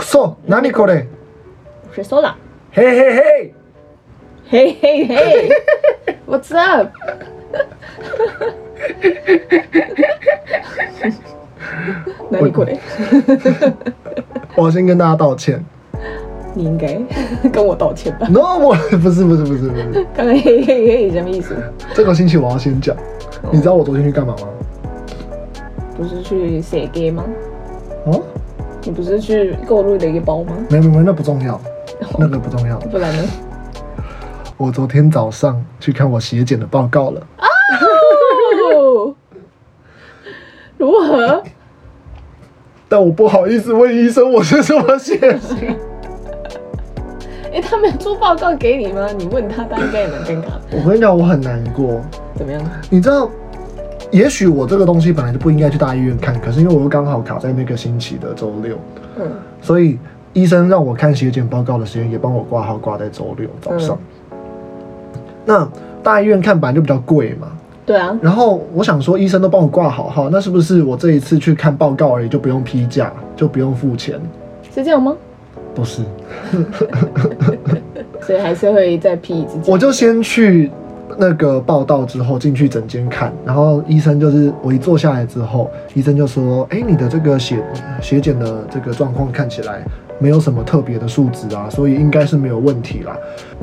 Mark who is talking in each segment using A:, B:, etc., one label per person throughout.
A: そう何これ
B: 是 Sola。
A: へいへいへい
B: Hey hey hey, what's up？何これ？
A: 我先跟大家道歉。
B: 你应该 跟我道歉吧？
A: No，我 不是不是不是不是，
B: 刚才嘿嘿嘿什么意思？
A: 这个星期我要先讲。你知道我昨天去干嘛吗？
B: 不是去写 gay 吗？
A: 哦，
B: 你不是去购入了一个包吗？
A: 没有没有没有，那不重要，那个不重要。
B: 不然呢？
A: 我昨天早上去看我血检的报告了，
B: 哦如何？
A: 但我不好意思问医生我是什么血型。
B: 哎、他没有做报告给你吗？你问他，他应该也蛮尴尬的。
A: 我跟你讲，我很难过。
B: 怎么样？
A: 你知道，也许我这个东西本来就不应该去大医院看，可是因为我又刚好卡在那个星期的周六，
B: 嗯
A: 所以医生让我看血检报告的时间也帮我挂号挂在周六早上。那大医院看本来就比较贵嘛，
B: 对啊，
A: 然后我想说医生都帮我挂好号，那是不是我这一次去看报告而已就不用批假，就不用付钱？
B: 是这样吗？
A: 不是，
B: 所以还是会再 P 自己。
A: 我就先去那个报道之后进去诊间看，然后医生就是我一坐下来之后，医生就说：“哎、你的这个血血检的这个状况看起来没有什么特别的数值啊，所以应该是没有问题啦。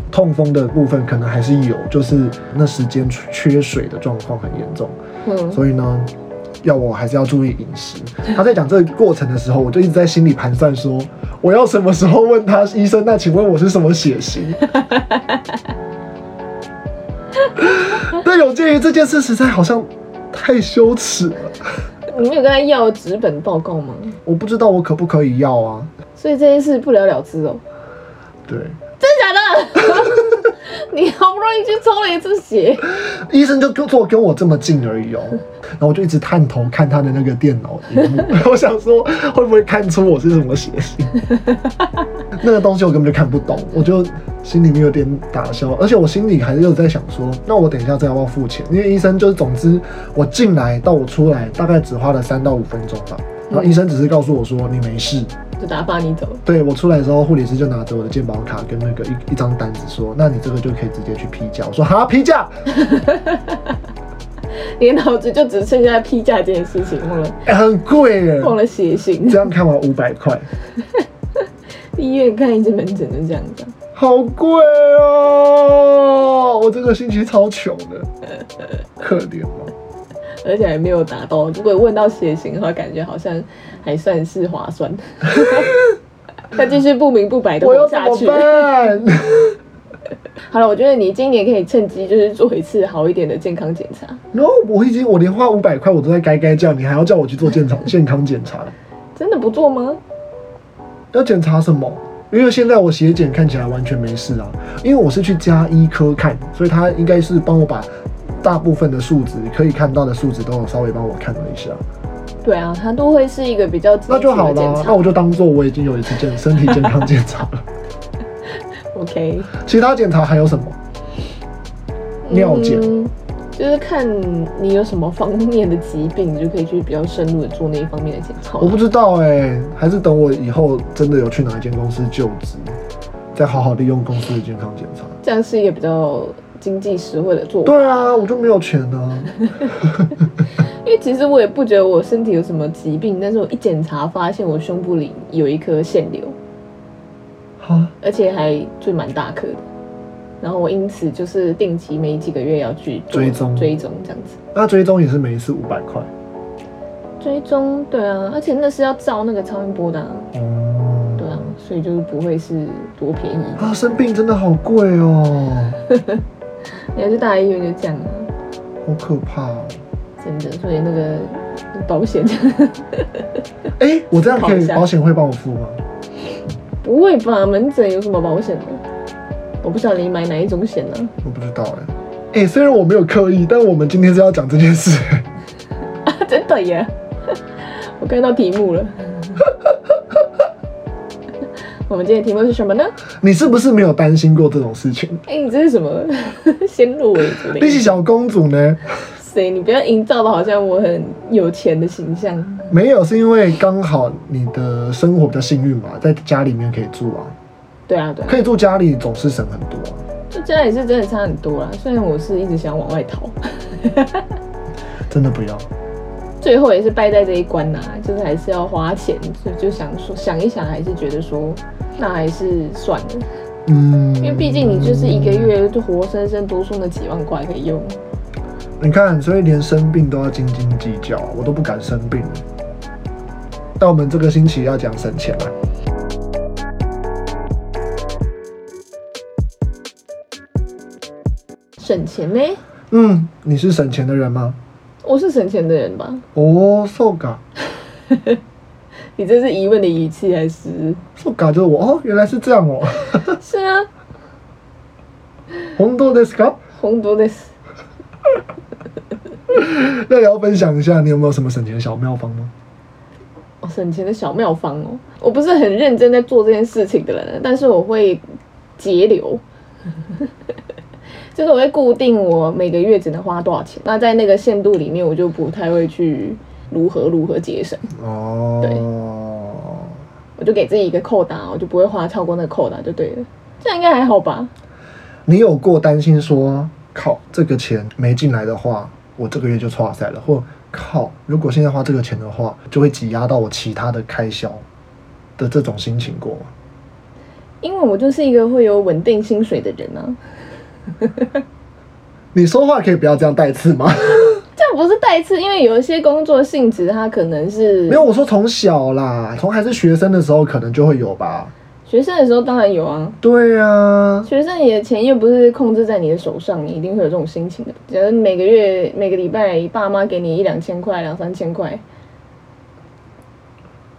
A: 痛风的部分可能还是有，就是那时间缺水的状况很严重，
B: 嗯，
A: 所以呢。”要我还是要注意饮食。他在讲这个过程的时候，我就一直在心里盘算说，我要什么时候问他医生？那请问我是什么血型？ 但有鉴于这件事实在好像太羞耻了，
B: 你没有跟他要纸本报告吗？
A: 我不知道我可不可以要啊？
B: 所以这件事不了了之哦。
A: 对，
B: 真的假的？ 你好不容易去抽了一次血，
A: 医生就坐跟我这么近而已哦，然后我就一直探头看他的那个电脑屏幕， 我想说会不会看出我是什么血型？那个东西我根本就看不懂，我就心里面有点打消，而且我心里还是有在想说，那我等一下再要不要付钱？因为医生就是，总之我进来到我出来大概只花了三到五分钟吧，然后医生只是告诉我说你没事，
B: 就打发你走。
A: 对我出来的时候，护理师就拿着我的健保卡跟那个一一张单子说：“那你这个就可以直接去批假。”我说：“哈，批假？
B: 你的脑子就只剩下批假这件事情，忘了
A: 哎很贵耶！
B: 忘了血型。
A: 这样看完五百块，
B: 医院看一次门诊就这样子啊。
A: 好贵哦！我这个星期超穷的，可怜哦。
B: 而且还没有达到。如果问到血型的话，感觉好像还算是划算。 他继续不明不白的
A: 我要
B: 活
A: 怎
B: 下
A: 么
B: 去。
A: 办？
B: 好了，我觉得你今年可以趁机就是做一次好一点的健康检查。
A: 然后我已经我连花五百块我都在该该叫，你还要叫我去做健康健康检查？
B: 真的不做吗？
A: 要检查什么？因为现在我血检看起来完全没事啊，因为我是去加医科看，所以他应该是帮我把大部分的数值可以看到的数值都有稍微帮我看了一下，
B: 对啊，它都会是一个比较积极
A: 那就好
B: 的
A: 啦
B: 检。查
A: 那。我就当做我已经有一次健身体健康检查 了。
B: OK，
A: 其他检查还有什么？ 尿检
B: 嗯就是看你有什么方面的疾病，你就可以去比较深入的做那一方面的检查。
A: 我不知道哎、还是等我以后真的有去哪一间公司就职，再好好利用公司的健康检查。
B: 这样是一个比较经济实惠的做法。
A: 对啊，我就没有钱啊。
B: 因为其实我也不觉得我身体有什么疾病，但是我一检查发现我胸部里有一颗腺瘤，
A: 啊，
B: 而且还就蛮大颗的。然后我因此就是定期每几个月要去做
A: 追踪
B: 追踪这样子，
A: 那啊追踪也是每一次五百块。
B: 追踪对啊，而且那是要照那个超音波的、啊，
A: 哦，
B: 对啊，所以就是不会是多便宜，
A: 啊，生病真的好贵哦，
B: 你还是大医院就这样啊，
A: 好可怕哦。
B: 真的，所以那个保 险
A: 哎、我这样可
B: 考一
A: 以
B: 下
A: 保险会帮我付吗？
B: 不会吧？门诊有什么保险的？我不晓得你买哪一种险啊呢、
A: 我不知道哎、哎、虽然我没有刻意，但我们今天是要讲这件事。
B: 啊， 真的耶！ 我看到题目了。 我们今天的题目是什么呢？
A: 你是不是没有担心过这种事情？
B: 哎、你这是什么 先入为主的
A: 比起小公主呢？
B: 塞，你不要营造的好像我很有钱的形象。
A: 没有，是因为刚好你的生活比较幸运嘛，在家里面可以住啊，
B: 对啊，对啊，
A: 可以住家里总是省很多啊、
B: 就家里是真的差很多啦。虽然我是一直想往外逃，
A: 真的不要。
B: 最后也是败在这一关呐、就是还是要花钱，所以就想说想一想，还是觉得说那还是算了，
A: 嗯，
B: 因为毕竟你就是一个，月就活生生多出那几万块可以用。
A: 你看，所以连生病都要斤斤计较，我都不敢生病。但我们这个星期要讲省钱啊。
B: 省钱呢？
A: 嗯，你是省钱的人吗？
B: 我是省钱的人吧？
A: 哦，瘦嘎，
B: 你这是疑问的语气还是？
A: 瘦嘎就是我哦，原来是这样哦。
B: 是啊，
A: 红豆ですか？
B: 红毒的死。
A: 那你要分享一下，你有没有什么省钱的小妙方吗？
B: 哦省钱的小妙方哦。我不是很认真在做这件事情的人，但是我会节流， 就是我会固定我每个月只能花多少钱。那在那个限度里面，我就不太会去如何如何节省，
A: 哦，
B: 对我就给自己一个扣打，我就不会花超过那个扣打就对了。这样应该还好吧？
A: 你有过担心说，靠，这个钱没进来的话，我这个月就错赛了，或靠，如果现在花这个钱的话，就会挤压到我其他的开销的这种心情过吗？
B: 因为我就是一个会有稳定薪水的人啊，
A: 你说话可以不要这样带刺吗？
B: 这样不是带刺，因为有一些工作性质它可能是
A: 没有，我说从小啦，从还是学生的时候可能就会有吧。
B: 学生的时候当然有啊，
A: 对啊，
B: 学生也钱又不是控制在你的手上，你一定会有这种心情的。假如每个月每个礼拜爸妈给你一两千块、两三千块，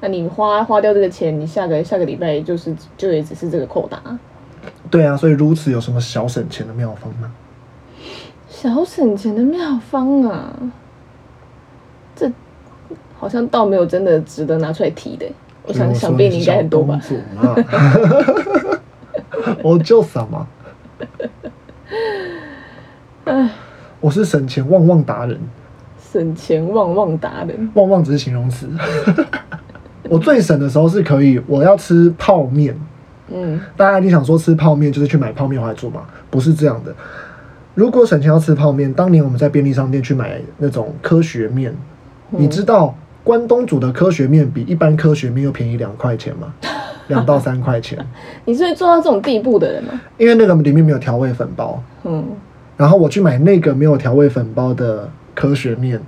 B: 那你花花掉这个钱，你下个下个礼拜就是就也只是这个扣打。
A: 对啊，所以如此有什么小省钱的妙方吗？
B: 小省钱的妙方啊，这好像倒没有真的值得拿出来提的。我想想必你应该很多吧？
A: 所以我说你是小公主嘛， 我就什么，我是省钱旺旺达人，
B: 省钱旺旺达人，
A: 旺旺只是形容词。我最省的时候是可以，我要吃泡面，
B: 嗯，
A: 大家一定想说吃泡面就是去买泡面回来煮嘛，不是这样的。如果省钱要吃泡面，当年我们在便利商店去买那种科学面，
B: 嗯
A: 你知道关东煮的科学面比一般科学面又便宜两块钱吗？两到三块钱，
B: 你是会做到这种地步的人吗？
A: 因为那个里面没有调味粉包。
B: 嗯，
A: 然后我去买那个没有调味粉包的科学面，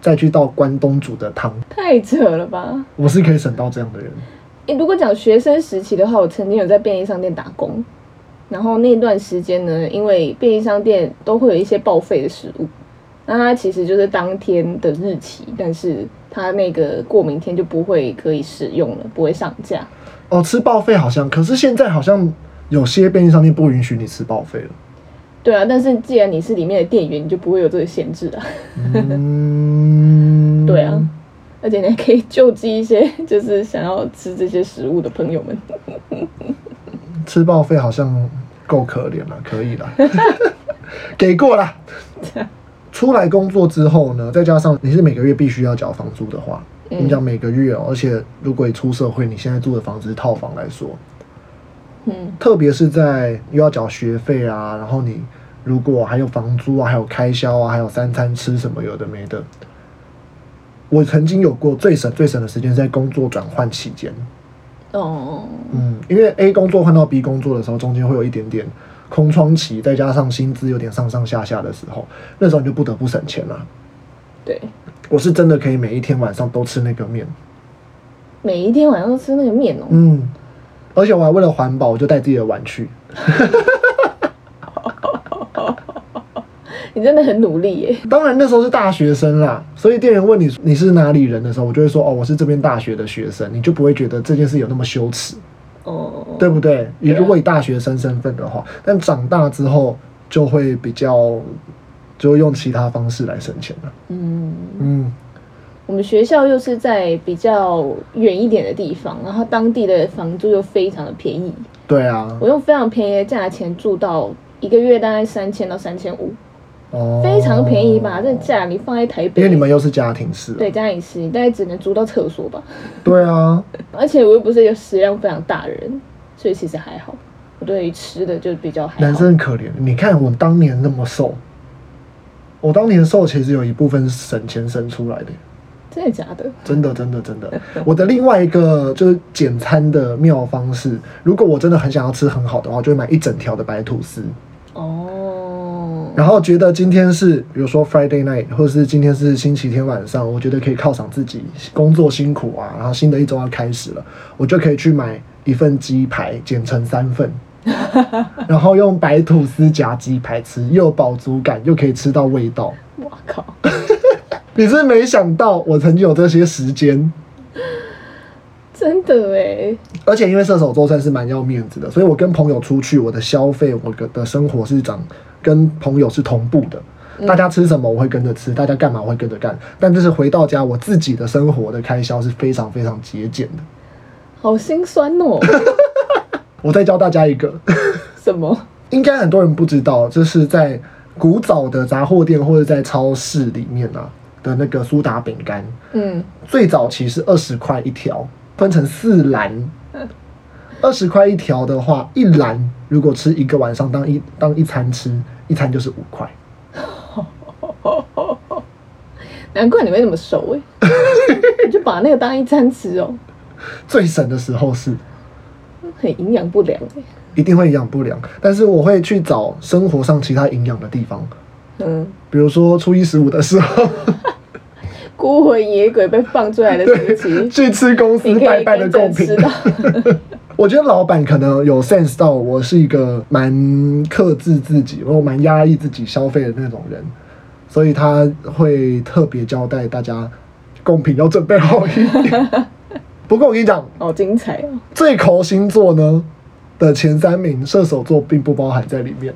A: 再去倒关东煮的汤，
B: 太扯了吧！
A: 我是可以省到这样的人。
B: 欸，如果讲学生时期的话，我曾经有在便利商店打工，然后那段时间呢，因为便利商店都会有一些报废的食物，那它其实就是当天的日期，但是它那个过明天就不会可以使用了，不会上架。
A: 哦，吃报废好像，可是现在好像有些便利商店不允许你吃报废了。
B: 对啊，但是既然你是里面的店员，你就不会有这个限制啊。
A: 嗯，
B: 对啊，而且你还可以救济一些 就是想要吃这些食物的朋友们。
A: 吃报废好像够可怜了，可以了， 给过了。出来工作之后呢，再加上你是每个月必须要缴房租的话，
B: 嗯
A: 我们讲每个月、哦，而且如果你出社会，你现在住的房子是套房来说，
B: 嗯
A: 特别是在又要缴学费啊，然后你如果还有房租啊，还有开销啊，还有三餐吃什么有的没的。我曾经有过最省最省的时间是在工作转换期间，
B: 哦，
A: 嗯，因为 A 工作换到 B 工作的时候，中间会有一点点空窗期，再加上薪资有点上上下下的时候，那时候你就不得不省钱了。
B: 对，
A: 我是真的可以每一天晚上都吃那个面，
B: 每一天晚上都吃那个面哦、
A: 嗯，而且我还为了环保，我就带自己的碗去。
B: 你真的很努力耶、
A: 当然那时候是大学生啦，所以店员问你你是哪里人的时候，我就会说哦，我是这边大学的学生，你就不会觉得这件事有那么羞耻，
B: 哦，
A: 对不对？你
B: 对啊
A: 如果以大学生身份的话，但长大之后就会比较，就会用其他方式来省钱了。啊
B: 嗯，
A: 嗯，
B: 我们学校又是在比较远一点的地方，然后当地的房租又非常的便宜，
A: 对啊，
B: 我用非常便宜的价钱住到一个月大概三千到三千五，
A: 哦
B: 非常便宜吧？这家里放在台
A: 因
B: 北，
A: 为你们又是家庭式，
B: 对家里吃，大概只能租到厕所吧。
A: 对啊，
B: 而且我又不是一个食量非常大的人，所以其实还好。我对于吃的就比较还
A: 男
B: 好
A: 生。很可怜。你看我当年那么瘦，我当年瘦其实有一部分是省钱省出来的，
B: 真的假的？
A: 真的真的真 的。我的另外一个就是简餐的妙方式，如果我真的很想要吃很好的话，我就会买一整条的白吐司。
B: 哦，
A: 然后觉得今天是，比如说 Friday night，或者是今天是星期天晚上，我觉得可以犒赏自己工作辛苦啊，然后新的一周要开始了，我就可以去买一份鸡排，剪成三份，然后用白吐司夹鸡排吃，又有饱足感，又可以吃到味道。
B: 哇靠！
A: 你是没想到我曾经有这些时间，
B: 真的哎，
A: 而且因为射手座算是蛮要面子的，所以我跟朋友出去，我的消费，我的生活是长跟朋友是同步的。大家吃什么我会跟着吃，大家干嘛我会跟着干。但就是回到家，我自己的生活的开销是非常非常节俭的。
B: 好心酸 哦。
A: 我再教大家一个，
B: 什么？
A: 应该很多人不知道，就是在古早的杂货店或者在超市里面啊的那个苏打饼干，
B: 嗯，
A: 最早期是二十块一条，分成四 篮。二十块一条的话，一篮如果吃一个晚上当一当一餐吃，一餐就是五块。
B: 难怪你会那 么瘦哎，你就把那个当一餐吃哦，
A: 最省的时候是
B: 很营养不良哎。
A: 一定会营养不良，但是我会去找生活上其他营养的地方，
B: 嗯，
A: 比如说初一十五的时候
B: 孤魂野鬼被放出来的时 期，
A: 去吃公司
B: 你可
A: 拜
B: 以
A: 拜的
B: 跟
A: 贡
B: 着
A: 品
B: 吃。到。
A: 我觉得老板可能有 sense 到我是一个蛮克制自己，然后蛮压抑自己消费的那种人，所以他会特别交代大家贡品要准备好一点。不过我跟你讲，
B: 好精彩哦！
A: 最抠星座呢的前三名，射手座并不包含在里面。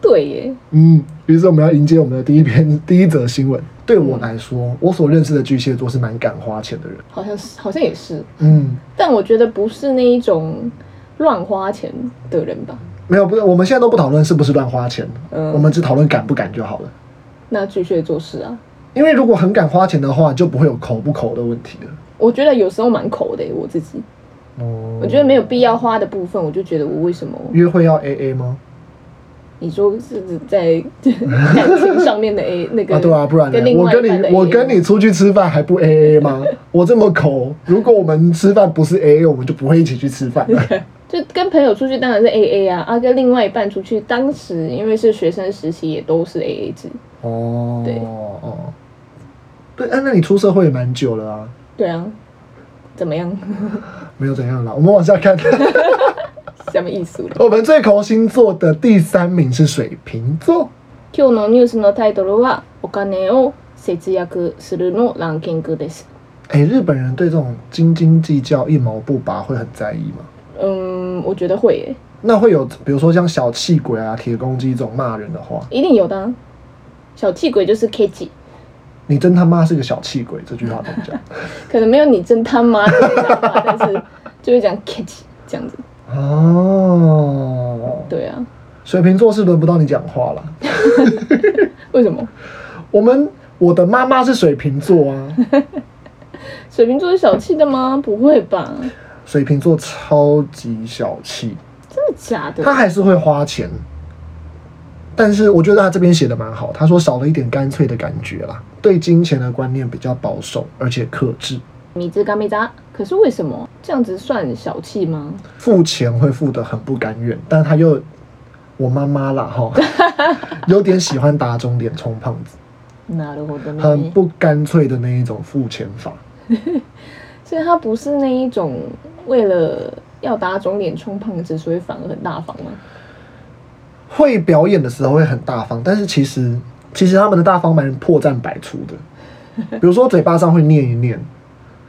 B: 对耶，
A: 嗯，于是我们要迎接我们的第一篇 第一则新闻。对我来说，我所认识的巨蟹座是蛮敢花钱的人。
B: 好像是，好像也是，
A: 嗯，
B: 但我觉得不是那一种乱花钱的人吧？
A: 没有，不是，我们现在都不讨论是不是乱花钱，
B: 嗯
A: 我们只讨论敢不敢就好了。
B: 那巨蟹座是啊，
A: 因为如果很敢花钱的话，就不会有抠不抠的问题了。
B: 我觉得有时候蛮抠的耶我自己，
A: 哦
B: 我觉得没有必要花的部分，我就觉得我为什么？
A: 约会要 A A 吗？
B: 你说是指在 感情上面的 A 那个
A: 啊，对啊，不然呢
B: 跟另
A: 我
B: 外
A: 跟
B: 一半的 A
A: 你我跟你出去吃饭还不 A A 吗？ 我这么抠，如果我们吃饭不是 A A，我们就不会一起去吃饭 了。
B: 就跟朋友出去当然是 A A 啊，啊跟另外一半出去，当时因为是学生时期也都是 A A 制，
A: 哦，
B: 对
A: 哦，对，哎、那你出社会也蛮久了啊。
B: 对啊，怎么样？
A: 没有怎样啦，我们往下看。
B: 什么意思了？
A: 我们最口星座的第三名是水瓶座。
B: 今日のニュースのタイトルはお金を節約するのランキングです。
A: 哎、日本人对这种斤斤计较、一毛不拔会很在意吗？
B: 嗯，我觉得会耶，
A: 那会有，比如说像小气鬼啊、铁公鸡这种骂人的话，
B: 一定有的啊、小气鬼就是 K 几，
A: 你真他妈是个小气鬼，这句话怎么讲
B: 可能没有你真他妈的那样吧但是 就会讲 K 几这样子。
A: 哦，
B: 对啊，
A: 水瓶座是轮不到你讲话了。
B: 为什么
A: 我们我的妈妈是水瓶座啊，
B: 水瓶座是小气的吗？不会吧？
A: 水瓶座超级小气，
B: 真的假的？
A: 他还是会花钱，但是我觉得他这边写的蛮好，他说少了一点干脆的感觉啦，对金钱的观念比较保守，而且克制，
B: 米兹嘎米扎，可是为什么这样子算小气吗？
A: 付钱会付得很不甘愿，但他又我妈妈啦哈，有点喜欢打肿脸充胖子，
B: なるほど
A: 很
B: ね。
A: 不干脆的那一种付钱法。
B: 所以他不是那一种为了要打肿脸充胖子，所以反而很大方吗？
A: 会表演的时候会很大方，但是其实其实他们的大方蛮破绽百出的，比如说嘴巴上会念一念，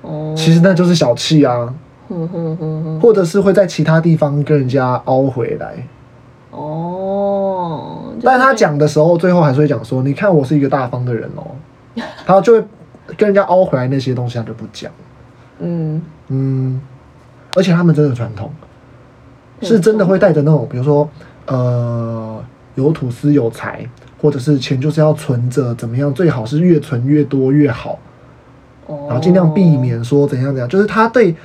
B: 哦，
A: 其实那就是小气啊。
B: 哼哼哼哼，
A: 或者是会在其他地方跟人家凹回来。
B: 哦，就是
A: 但他讲的时候，最后还是会讲说：“你看我是一个大方的人哦。”他就会跟人家凹回来那些东西，他就不讲。
B: 嗯，
A: 嗯，而且他们真的传统，是真的会带着那种，比如说呃有土司有财，或者是钱就是要存着，怎么样最好是越存越多越好，
B: 然
A: 然后尽量避。免说怎样怎样，就是他对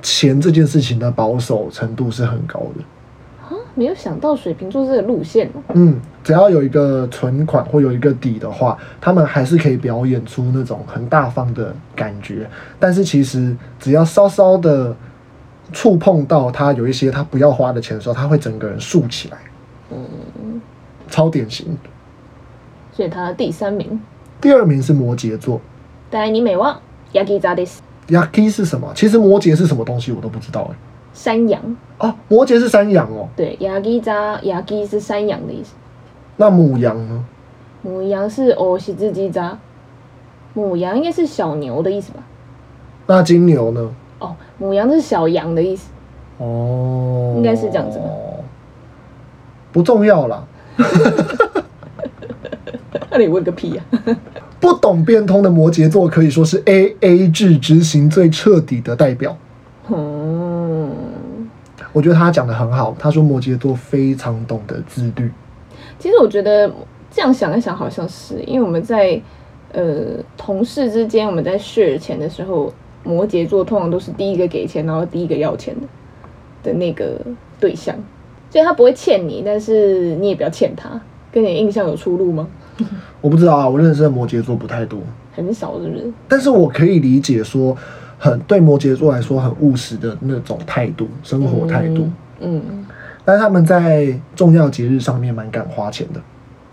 A: 钱这件事情的保守程度是很高的。
B: 啊，没有想到水瓶座这个路线哦，
A: 嗯，只要有一个存款或有一个底的话，他们还是可以表演出那种很大方的感觉。但是其实只要稍稍的触碰到他有一些他不要花的钱的时候，他会整个人竖起来，
B: 嗯，
A: 超典型。
B: 所以他的第三名，
A: 第二名是摩羯座
B: 戴尼美望 Yagi z a d i s
A: ，Yaki 是什么？其实摩羯是什么东西我都不知道哎、
B: 山羊，
A: 哦，摩羯是山羊哦，
B: 对，Yagi z a Yagi 是山羊的意思，
A: 那母羊呢？
B: 母羊是哦喜字鸡扎，母羊应该是小牛的意思吧？
A: 那金牛呢？
B: 哦，母羊是小羊的意思，
A: 哦，
B: 应该是这样子吧
A: 不重要啦，
B: 那你问个屁啊呀、
A: 不懂变通的摩羯座可以说是 A A 制执行最彻底的代表。
B: 嗯，
A: 我觉得他讲的很好，他说摩羯座非常懂得自律。
B: 其实我觉得这样想一想，好像是因为我们在呃同事之间，我们在 share 钱的时候，摩羯座通常都是第一个给钱，然后第一个要钱的的那个对象，所以他不会欠你，但是你也不要欠他。跟你的印象有出入吗？
A: 我不知道啊，我认识的摩羯座不太多，
B: 很少，是不是？
A: 但是我可以理解说，很对摩羯座来说很务实的那种态度，生活态度。
B: 嗯。嗯，
A: 但是他们在重要节日上面蛮敢花钱的。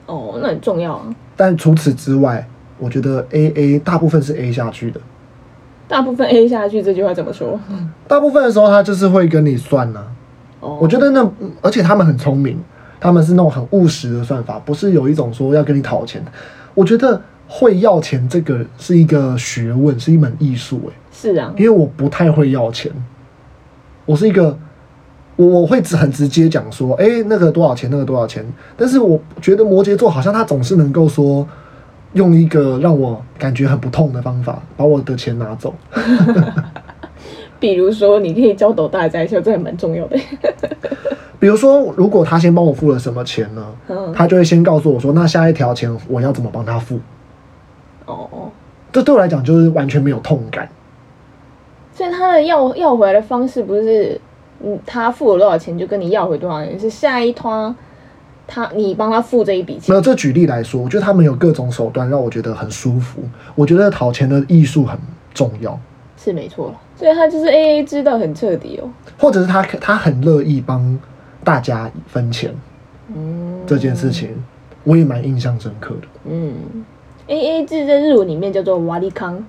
B: 哦，那很重要啊。
A: 但除此之外，我觉得 A A 大部分是 A 下去的，
B: 大部分 A 下去这句话怎么说？
A: 大部分的时候他就是会跟你算啊呢、
B: 哦，
A: 我觉得那，嗯而且他们很聪明，他们是那种很务实的算法，不是有一种说要跟你讨钱。我觉得会要钱这个是一个学问，是一门艺术。哎，
B: 是啊，
A: 因为我不太会要钱，我是一个。我我会直很直接讲说，哎、那个多少钱，那个多少钱。但是我觉得摩羯座好像他总是能够说，用一个让我感觉很不痛的方法，把我的钱拿走。
B: 比如说你可以教导大家一下，这还蛮重要的。
A: 比如说，如果他先帮我付了什么钱呢？
B: 嗯，
A: 他就会先告诉我说，那下一条钱我要怎么帮他付。
B: 哦，
A: 这对我来讲就是完全没有痛感。
B: 所以他的要要回来的方式不是，嗯，他付了多少钱就跟你要回多少钱，是下一趟他你帮他付这一笔钱。
A: 那这举例来说，我觉得他们有各种手段让我觉得很舒服。我觉得讨钱的艺术很重要，
B: 是没错，所以他就是 A A 知道很彻底哦。
A: 或者是他他很乐意帮大家分钱
B: 嗯，
A: 这件事，情，我也蛮印象深刻的。
B: 嗯，A A 制在日文里面叫做瓦利康，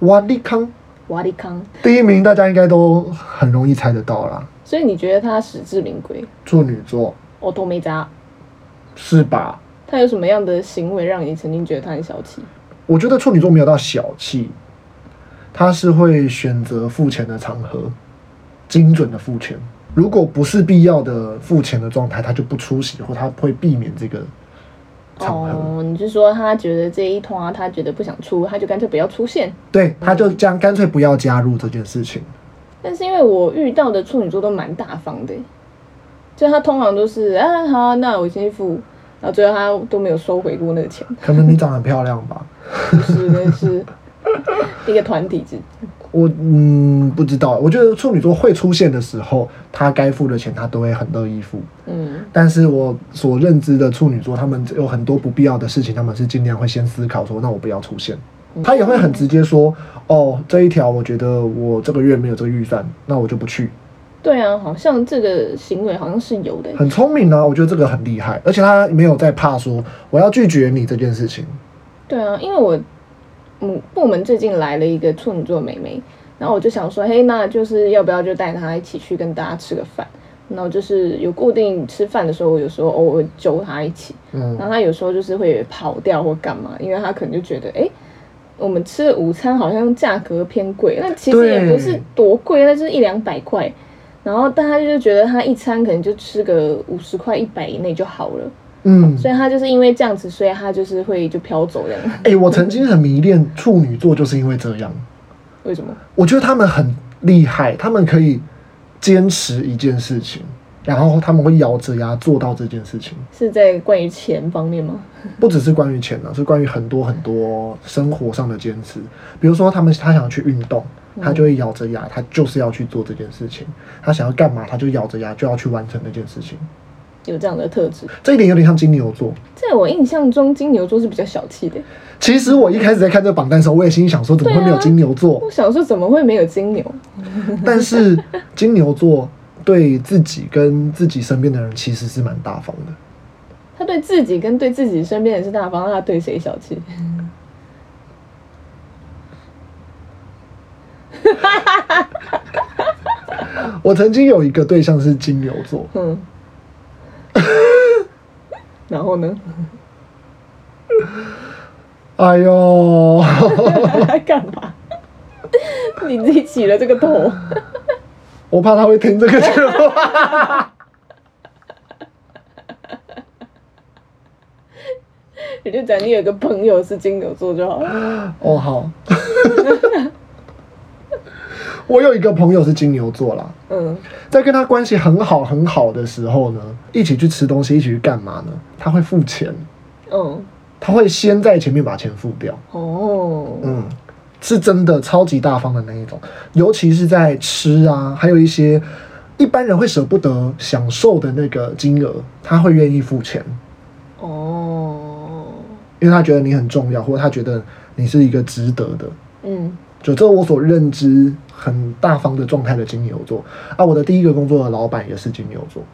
A: 瓦利康
B: 瓦利康，
A: 第一名，大家应该都很容易猜得到啦，
B: 所以你觉得他实至名归？
A: 处女座
B: 我都没渣，
A: 是吧？
B: 他有什么样的行为让你曾经觉得他很小气？
A: 我觉得处女座没有到小气，他是会选择付钱的场合，精准的付钱。如果不是必要的付钱的状态，他就不出席，或他会避免这个场合。
B: 哦，你是说他觉得这一通啊，他觉得不想出，他就干脆不要出现。
A: 对，他就这样干脆不要加入这件事情。
B: 但是因为我遇到的处女座都蛮大方的，欸就他通常都是啊好啊那我先付，然后最后他都没有收回过那 个钱，
A: 可能你长得很漂亮吧？
B: 就是那是一个团体 制。
A: 我嗯不知道，我觉得处女座会出现的时候，他该付的钱他都会很乐意付。
B: 嗯，
A: 但是我所认知的处女座，他们有很多不必要的事情，他们是尽量会先思考说，那我不要出现。
B: 嗯
A: 他也会很直接说，哦，这一条我觉得我这个月没有这个预算，那我就不去。
B: 对啊，好像这个行为好像是有的。欸
A: 很聪明啊，我觉得这个很厉害，而且他没有在怕说我要拒绝你这件事情。
B: 对啊，因为我嗯部门最近来了一个处女座妹妹，然后我就想说，嘿，那就是要不要就带她一起去跟大家吃个饭？然后就是有固定吃饭的时候，我有时候偶尔揪她一起，
A: 嗯，
B: 然后她有时候就是会跑掉或干嘛，因为她可能就觉得，哎，我们吃的午餐好像价格偏贵，那其实
A: 对
B: 也不是多贵，那就是一两百块。然后但她就觉得她一餐可能就吃个五十块、一百以内就好了，
A: 嗯，
B: 哦所以她就是因为这样子，所以她就是会就飘走这样。
A: 哎、我曾经很迷恋处女座，就是因为这样。
B: 为什么？
A: 我觉得他们很厉害，他们可以坚持一件事情，然后他们会咬着牙做到这件事情。
B: 是在关于钱方面吗？
A: 不只是关于钱呢、啊是关于很多很多生活上的坚持。比如说，他们他想要去运动，他就会咬着牙，他就是要去做这件事情。他想要干嘛，他就咬着牙就要去完成那件事情。
B: 有这样的特质，
A: 这一点有点像金牛座。
B: 在我印象中，金牛座是比较小气的。
A: 其实我一开始在看这个榜单的时候，我也心里想说，怎么会没有金牛 座？
B: 我想说，怎么会没有金牛？
A: 但是金牛座对自己跟自己身边的人其实是蛮大方的。
B: 他对自己跟对自己身边人是大方，那他对谁小气？
A: 我曾经有一个对象是金牛座，
B: 嗯， 然后呢？
A: 哎呦，
B: 干嘛？你自己起了这个头，
A: 我怕他会听这个节目。
B: 你就讲你有个朋友是金牛座就好了。
A: 哦，好。 我有一个朋友是金牛座啦，
B: 嗯，
A: 在跟他关系很好很好的时候呢，一起去吃东西，一起去干嘛呢？他会付钱，
B: 嗯，
A: 他会先在前面把钱付掉。
B: 哦，
A: 嗯，是真的超级大方的那一种，尤其是在吃啊，还有一些一般人会舍不得享受的那个金额，他会愿意付钱，
B: 哦，
A: 因为他觉得你很重要，或者他觉得你是一个值得的。
B: 嗯，
A: 就这我所认知很大方的状态的金牛座啊，我的第一个工作的老板也是金牛座，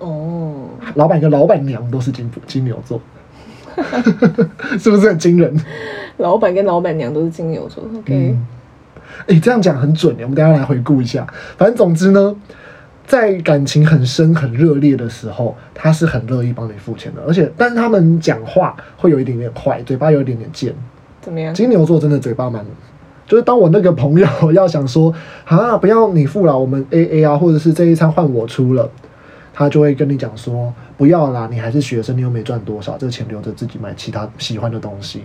B: 哦，
A: 老板跟老板娘都是金金牛座，是不是很惊人？
B: 老板跟老板娘都是金牛座。OK，、
A: 嗯，哎、这样讲很准耶我们等一下来回顾一下。反正总之呢，在感情很深、很热烈的时候，他是很乐意帮你付钱的，而且，但是他们讲话会有一点点坏，嘴巴有一点点贱。
B: 怎么样？
A: 金牛座真的嘴巴蛮，就是当我那个朋友 要想说啊，不要你付了，我们 A A 啊，或者是这一餐换我出了。他就会跟你讲说，不要啦，你还是学生，你又没赚多少，这个钱留着自己买其他喜欢的东西。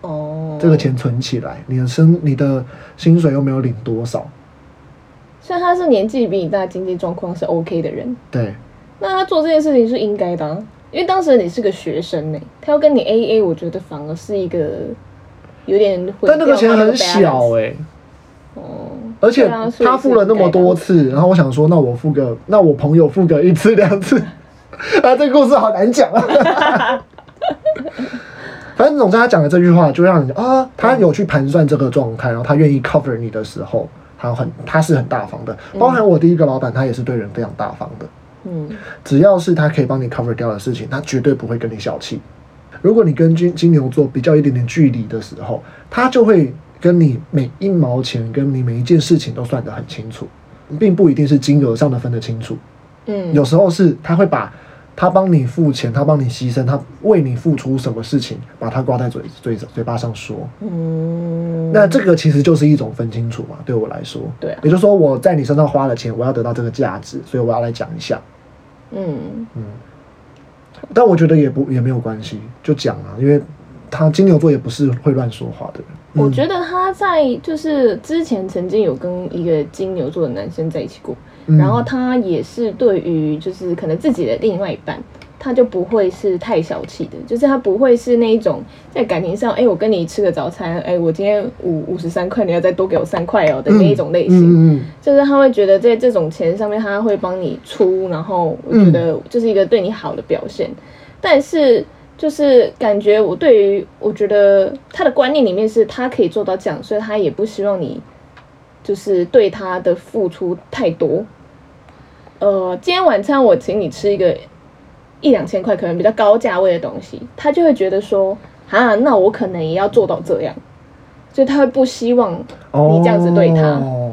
B: 哦，
A: 这个钱存起来，你的生你的薪水又没有领多少，
B: 虽然他是年纪比你大，经济状况是 OK 的人，
A: 对，
B: 那他做这件事情是应该的、啊，因为当时你是个学生呢、他要跟你 A A，我觉得反而是一个有点毁
A: 但那个
B: 掉
A: 钱
B: 他
A: 很
B: balance
A: 小哎、
B: 哦，
A: 而且
B: 对啊所以
A: 他
B: 是
A: 付了
B: 应
A: 那么
B: 该的
A: 多次，然后我想说，那我付个，那我朋友付个一次两次， 啊，这个故事好难讲啊。 反正总之，他讲的这句话就让你啊，他有去盘算这个状态，然后他愿意 cover 你的时候，他很他是很大方的。包含我第一个老板，他也是对人非常大方的。
B: 嗯，
A: 只要是他可以帮你 cover 掉的事情，他绝对不会跟你小气。如果你跟金金牛座比较一点点距离的时候，他就会跟你每一毛钱跟你每一件事情都算得很清楚，并不一定是金额上的分得清楚，
B: 嗯，
A: 有时候是他会把他帮你付钱，他帮你牺牲，他为你付出什么事情，把它挂在嘴嘴嘴巴上说。
B: 嗯，
A: 那这个其实就是一种分清楚嘛，对我来说，
B: 对啊
A: 也就是说我在你身上花了钱，我要得到这个价值，所以我要来讲一下。
B: 嗯
A: 但我觉得也不也没有关系，就讲啊，因为他金牛座也不是会乱说话的人。嗯
B: 我觉得他在就是之前曾经有跟一个金牛座的男生在一起过，
A: 嗯
B: 然后他也是对于就是可能自己的另外一半，他就不会是太小气的，就是他不会是那一种在感情上，哎、我跟你吃个早餐，哎、我今天五五十三块，你要再多给我三块哦的那一种类型。
A: 嗯嗯
B: 就是他会觉得在这种钱上面，他会帮你出，然后我觉得就是一个对你好的表现。但是就是感觉我对于我觉得他的观念里面是他可以做到这样，所以他也不希望你就是对他的付出太多。呃，今天晚餐我请你吃一个一两千块，可能比较高价位的东西，他就会觉得说啊，那我可能也要做到这样，所以他会不希望
A: 嗯
B: 你这样子对他
A: 哦、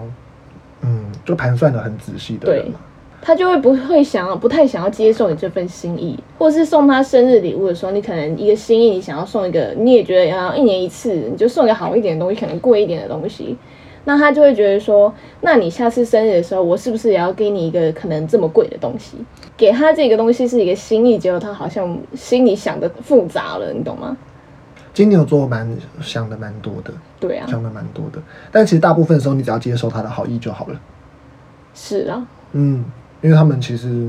A: 嗯，就盘算的很仔细的人嘛。
B: 他就会不会想要，不太想要接受你这份心意，或者是送他生日礼物的时候，你可能一个心意，你想要送一个，你也觉得啊要一年一次，你就送个好一点的东西，可能贵一点的东西，那他就会觉得说，那你下次生日的时候，我是不是也要给你一个可能这么贵的东西？给他这个东西是一个心意，结果他好像心里想的复杂了，你懂吗？
A: 金牛座蛮想的蛮多的，
B: 对啊，
A: 想的蛮多的，但其实大部分时候你只要接受他的好意就好了。
B: 是啊，
A: 嗯，因为他们其实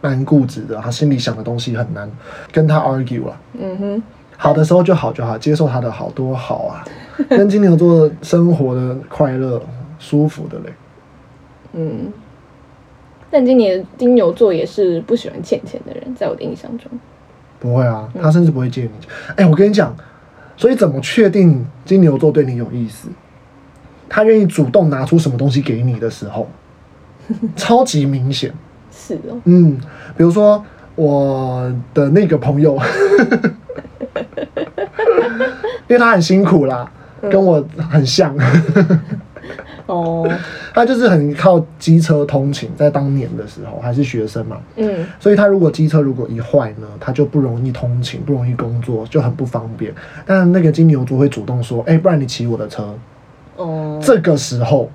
A: 蛮固执的，他心里想的东西很难跟他 argue 啊。
B: 嗯哼，
A: 好的时候就好就好，接受他的好多好啊，跟金牛座生活的快乐舒服的嘞。
B: 嗯。但今年金牛座也是不喜欢欠钱的人，在我的印象中，
A: 不会啊，他甚至不会借你。哎、我跟你讲，所以怎么确定金牛座对你有意思？他愿意主动拿出什么东西给你的时候，超级明显。
B: 是哦，
A: 嗯，比如说我的那个朋友，因为他很辛苦啦，跟我很像，
B: 哦，
A: 他就是很靠机车通勤，在当年的时候还是学生嘛，
B: 嗯
A: 所以他如果机车如果一坏呢，他就不容易通勤，不容易工作，就很不方便。但那个金牛座会主动说：“哎、不然你骑我的车。”
B: 哦，
A: 这个时候。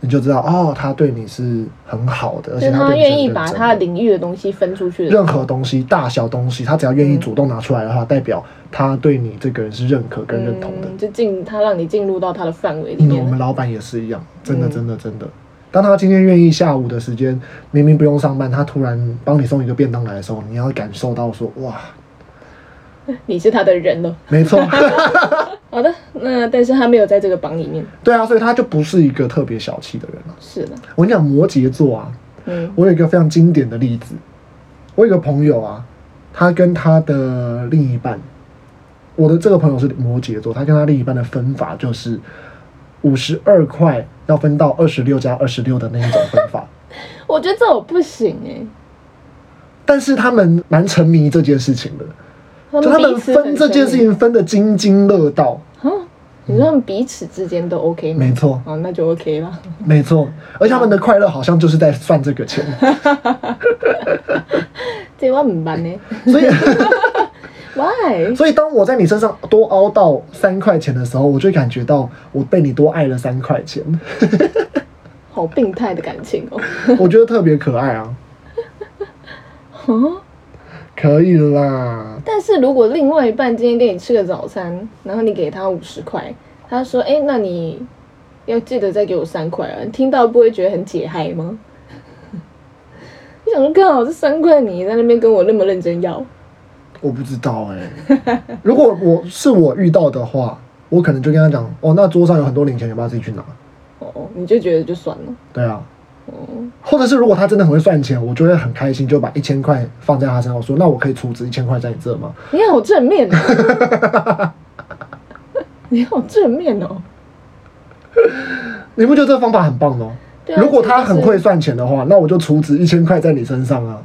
A: 你就知道哦，他对你是很好的，而
B: 就
A: 且
B: 是
A: 他
B: 他
A: 对你是
B: 愿意
A: 很认
B: 把
A: 真
B: 他
A: 的
B: 领域的东西分出去的，
A: 任何东西，大小东西，他只要愿意
B: 嗯
A: 主动拿出来的话，代表他对你这个人是认可跟认同的。
B: 嗯、就进他让你进入到他的范围里
A: 嗯，
B: 面
A: 我
B: 了。
A: 们老板也是一样，真的，
B: 嗯
A: 真的，真的。当他今天愿意下午的时间，明明不用上班，他突然帮你送一个便当来的时候，你要感受到说，哇，
B: 你是他的人了。
A: 没错，
B: 好的，那但是他没有在这个榜里面。
A: 对啊，所以他就不是一个特别小气的人了、
B: 是的，
A: 我跟你讲，摩羯座啊，
B: 嗯
A: 我有一个非常经典的例子，我有一个朋友啊，他跟他的另一半，我的这个朋友是摩羯座，他跟他另一半的分法就是五十二块要分到二十六加二十六的那一种分法，
B: 我觉得这我不行哎、
A: 但是他们蛮沉迷这件事情的，就他
B: 彼
A: 们
B: 此
A: 分这件事情分得津津乐道，
B: 啊，你说他们彼此之间都 OK 吗？
A: 没错，
B: 好，那就 OK 了。
A: 没错，而且他们的快乐好像就是在算这个钱，
B: 这我唔办呢
A: 所以。
B: ，Why？
A: 所以当我在你身上多凹到三块钱的时候，我就感觉到我被你多爱了三块钱，
B: 好病态的感情哦。
A: 我觉得特别可爱啊。
B: 啊
A: 可以啦，
B: 但是如果另外一半今天跟你吃个早餐，然后你给他五十块，他说：“哎、那你要记得再给我三块啊！”你听到不会觉得很解嗨吗？你想说，刚好这三块你在那边跟我那么认真要，
A: 我不知道哎、如果我是我遇到的话，我可能就跟他讲，哦，那桌上有很多零钱，你要不要自己去拿？
B: 哦，你就觉得就算了，
A: 对啊，
B: 哦，
A: 或者是如果他真的很会算钱，我就会很开心，就把一千块放在他身上，我说，那我可以储值一千块在你这吗？
B: 你好正面哦，你好正面哦，
A: 你不觉得这个方法很棒吗？
B: 对啊
A: 如果他很会算钱的话，那我就储值一千块在你身上啊。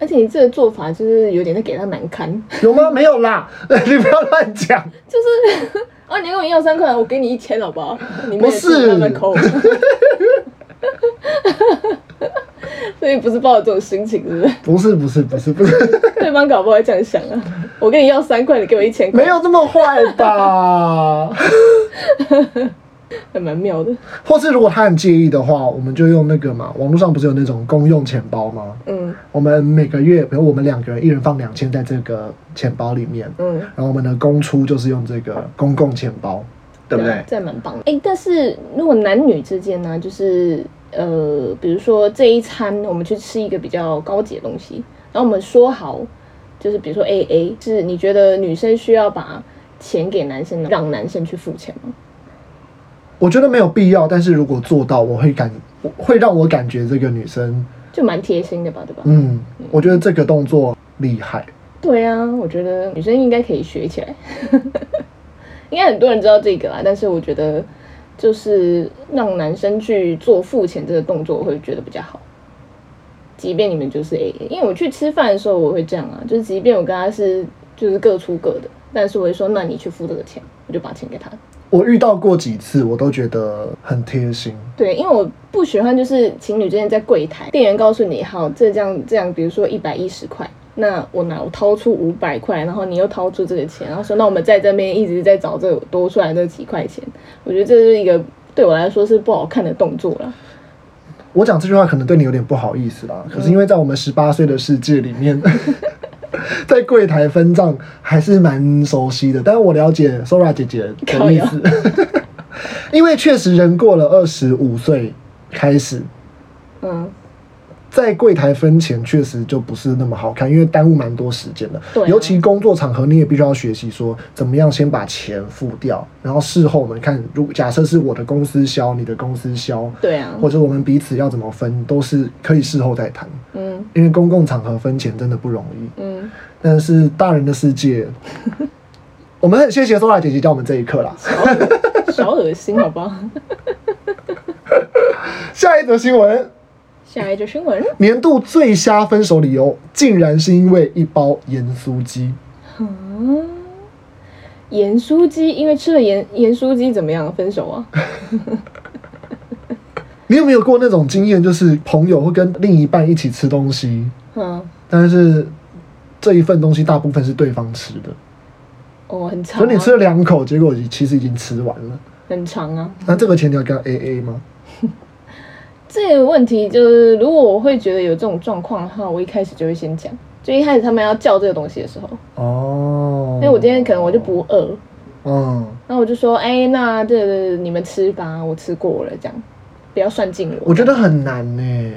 B: 而且你这个做法就是有点在给他难堪，
A: 有 吗？没有啦， 你不要乱讲。
B: 就是 啊，你跟我要三块，我给你一千，好 不好？你们
A: 不
B: 也
A: 是
B: 慢慢抠。 所以不是抱着这种心情，是 不是？
A: 不是不是不是不是，
B: 对方搞不好会这样想啊！我跟你要三块，你给我一千块，
A: 没有这么坏吧？
B: 还蛮妙的。
A: 或是如果他很介意的话，我们就用那个嘛，网络上不是有那种公用钱包吗？
B: 嗯
A: 我们每个月，比如我们两个人，一人放两千在这个钱包里面，
B: 嗯，
A: 然后我们的公出就是用这个公共钱包，对不对
B: 啊？这还蛮棒的。哎、但是如果男女之间呢、就是呃，比如说这一餐我们去吃一个比较高级的东西，然后我们说好，就是比如说 A A，是你觉得女生需要把钱给男生呢，让男生去付钱吗？
A: 我觉得没有必要，但是如果做到，我会感我会让我感觉这个女生，
B: 就蛮贴心的吧，对吧？
A: 嗯，我觉得这个动作厉害。
B: 对啊，我觉得女生应该可以学起来。 应该很多人知道这个啦，但是我觉得就是让男生去做付钱这个动作，我会觉得比较好。即便你们就是 A A，因为我去吃饭的时候我会这样啊，就是即便我跟他是就是各出各的，但是我会说那你去付这个钱，我就把钱给他。
A: 我遇到过几次，我都觉得很贴心。
B: 对，因为我不喜欢就是情侣之间在柜台，店员告诉你好，这这样这样，比如说一百一十块，那我拿我掏出五百块，然后你又掏出这个钱，然后说那我们在这边一直在找这多出来这几块钱，我觉得这是一个对我来说是不好看的动作啦。
A: 我讲这句话可能对你有点不好意思啦，可是因为在我们十八岁的世界里面， 在柜台分账还是蛮熟悉的。但是我了解 Sora 姐姐的意思， 因为确实人过了二十五岁开始，
B: 嗯，
A: 在柜台分钱确实就不是那么好看，因为耽误蛮多时间的。
B: 对啊
A: 尤其工作场合，你也必须要学习说怎么样先把钱付掉，然后事后我们看，如假设是我的公司销，你的公司销，
B: 对啊，
A: 或者我们彼此要怎么分，都是可以事后再谈。
B: 嗯
A: 因为公共场合分钱真的不容易，
B: 嗯，
A: 但是大人的世界， 我们很谢谢 Sora 姐姐教我们这一课啦。
B: 小恶心好不好？
A: 下一则新闻。
B: 下一则新闻，
A: 年度最瞎分手理由，竟然是因为一包盐酥鸡。
B: 嗯，盐酥鸡，因为吃了盐盐酥鸡怎么样分手啊？
A: 你有没有过那种经验，就是朋友会跟另一半一起吃东西，
B: 嗯，
A: 但是这一份东西大部分是对方吃的，
B: 哦，很长、
A: 所以
B: 啊，
A: 你吃了两口，结果其实已经吃完了。
B: 很长啊。
A: 那这个钱你要跟他 A A 吗？
B: 这个问题就是，如果我会觉得有这种状况的话，我一开始就会先讲。就一开始他们要叫这个东西的时候，
A: 嗯哦，
B: 哎因为我今天可能我就不饿，
A: 嗯，
B: 然后我就说，哎、那这个你们吃吧，我吃过了，这样不要算进我。
A: 我觉得，很难呢、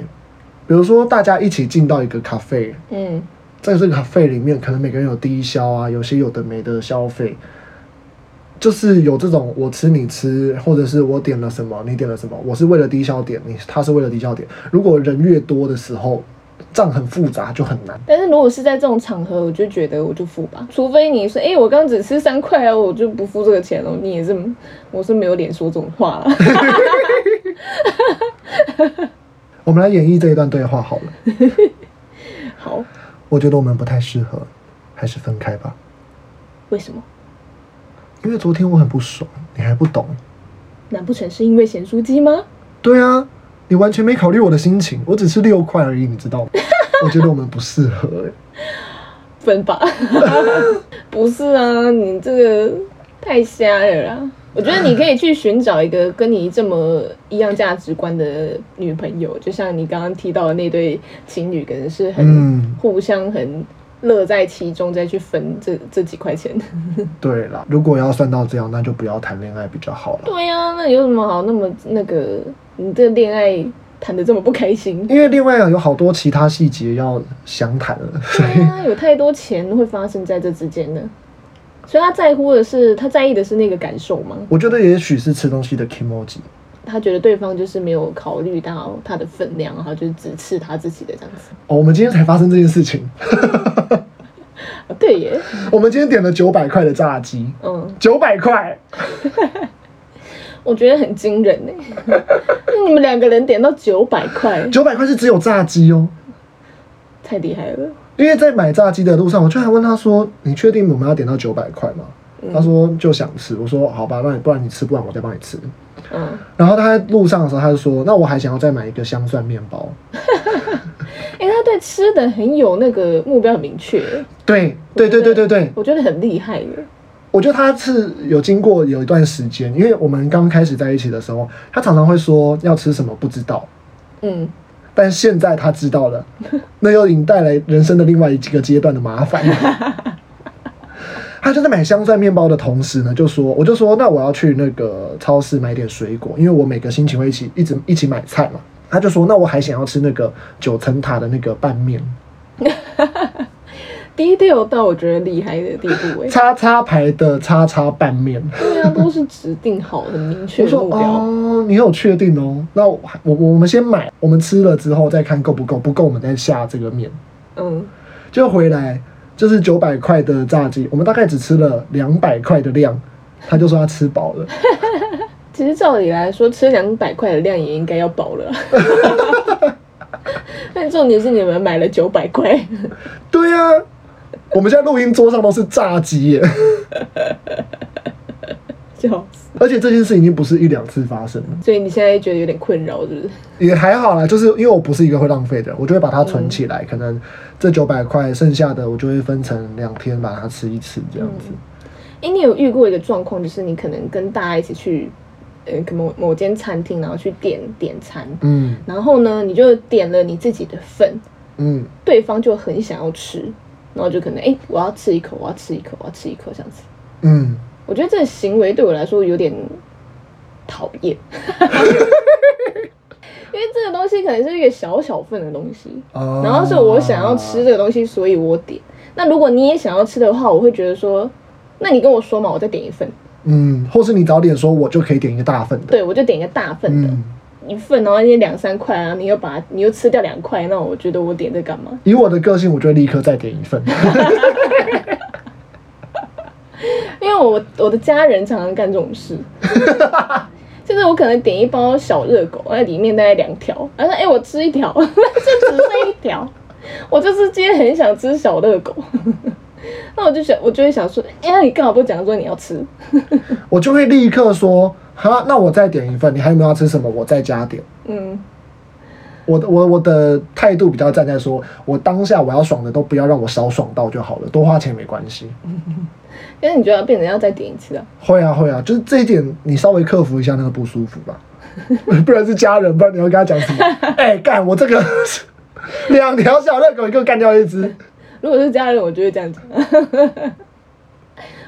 A: 比如说大家一起进到一个咖啡，
B: 嗯，
A: 在这个 cafe 里面，可能每个人有低消啊，有些有的没的消费，就是有这种我吃你吃，或者是我点了什么你点了什么，我是为了低消点，你他是为了低消点。如果人越多的时候，账很复杂就很难。
B: 但是如果是在这种场合，我就觉得我就付吧，除非你说，哎、我刚刚只吃三块啊，我就不付这个钱了。你也是，我是没有脸说这种话了。
A: 我们来演绎这一段对话好了，
B: 好，
A: 我觉得我们不太适合，还是分开吧。
B: 为什么？
A: 因为昨天我很不爽，你还不懂。
B: 难不成是因为咸酥鸡吗？
A: 对啊，你完全没考虑我的心情，我只吃六块而已，你知道吗？我觉得我们不适合、欸。
B: 分吧。 不是啊，你这个太瞎了啦！我觉得你可以去寻找一个跟你这么一样价值观的女朋友，就像你刚刚提到的那对情侣，可能是很、
A: 嗯
B: 互相很乐在其中，再去分这这几块钱。
A: 对啦，如果要算到这样，那就不要谈恋爱比较好了。
B: 对呀、那有什么好那么那个？你这恋爱谈的这么不开心？
A: 因为另外有好多其他细节要详谈了， 所
B: 对
A: 以
B: 啊，有太多钱会发生在这之间呢。所以他在乎的是，他在意的是那个感受吗？
A: 我觉得也许是吃东西的 emoji。
B: 他觉得对方就是没有考虑到他的分量，然后就是只吃他自己的这样子。
A: 哦，我们今天才发生这件事情。
B: 啊，对耶，
A: 我们今天点了九百块的炸鸡，
B: 嗯，
A: 九百块，
B: 我觉得很惊人呢。 那你们两个人点到九百块，
A: 九百块是只有炸鸡哦。
B: 太厉害了。
A: 因为在买炸鸡的路上，我就还问他说：“你确定我们要点到九百块吗？”他说：“就想吃。”我说：“好吧，那你不然你吃不完，我再帮你吃。”
B: 嗯，
A: 然后他在路上的时候，他就说：“那我还想要再买一个香蒜面包。”
B: 哎、他对吃的很有那个目标很明确，
A: 对对对对对对，
B: 我觉得很厉害耶。
A: 我觉得他是有经过有一段时间，因为我们刚开始在一起的时候，他常常会说要吃什么不知道，
B: 嗯，
A: 但现在他知道了，那又引带来人生的另外一个阶段的麻烦。他就在买香蒜面包的同时呢，就说我就说那我要去那个超市买点水果，因为我每个星期会一起一直一起买菜嘛。他就说那我还想要吃那个九层塔的那个拌面，
B: detail 到我觉得厉害的地步哎。
A: 叉叉牌的叉叉拌面。
B: 对啊，都是指定好很明确
A: 我
B: 的
A: 说
B: 目标。
A: 哦，你有确定哦？那我还我我们先买，我们吃了之后再看够不够，不够我们再下这个面。
B: 嗯，
A: 就回来就是九百块的炸鸡，我们大概只吃了两百块的量，他就说他吃饱了。
B: 其实照理来说，吃两百块的量也应该要饱了。但重点是你们买了九百块，
A: 对呀、啊，我们现在录音桌上都是炸鸡耶，
B: 笑死！
A: 而且这件事已经不是一两次发生了，
B: 所以你现在觉得有点困扰，是不是？
A: 也还好啦。就是因为我不是一个会浪费的人，我就会把它存起来，可能这九百块剩下的我就会分成两天把它吃一吃这样子。
B: 哎、你有遇过一个状况，就是你可能跟大家一起去，呃，可某某间餐厅，然后去点点餐，
A: 嗯
B: 然后呢，你就点了你自己的份，
A: 嗯，
B: 对方就很想要吃，然后就可能哎、诶我要吃一口，我要吃一口，我要吃一口这样子。
A: 嗯，
B: 我觉得这个行为对我来说有点讨厌， 因为这个东西可能是一个小小份的东西，
A: 啊
B: 然后是我想要吃这个东西，所以我点。那如果你也想要吃的话，我会觉得说，那你跟我说嘛，我再点一份，
A: 嗯，或是你早点说，我就可以点一个大份的。
B: 对我就点一个大份的，
A: 嗯，
B: 一份，然后那些两三块啊，你又把你又吃掉两块，那我觉得我点这干嘛？
A: 以我的个性，我就会立刻再点一份。
B: 因为我我的家人常常干这种事，就是我可能点一包小热狗，那里面大概两条，然后哎、诶我吃一条， 就只剩一条， 我就是今天很想吃小热狗， 那我就想我就会想说，哎、那你干嘛不讲说你要吃？
A: 我就会立刻说，好，那我再点一份，你还有没有要吃什么？我再加点。
B: 嗯，
A: 我的我我的态度比较站在说，我当下我要爽的都不要让我少爽到就好了，多花钱没关系。
B: 但是你就要变成要再点一次啊？
A: 会啊会啊，就是这一点你稍微克服一下那个不舒服吧， 不然是家人，不然你要跟他讲什 么？哎、干我这个 两条小热狗，你给我干掉一只。
B: 如果是家人，我就会这样讲。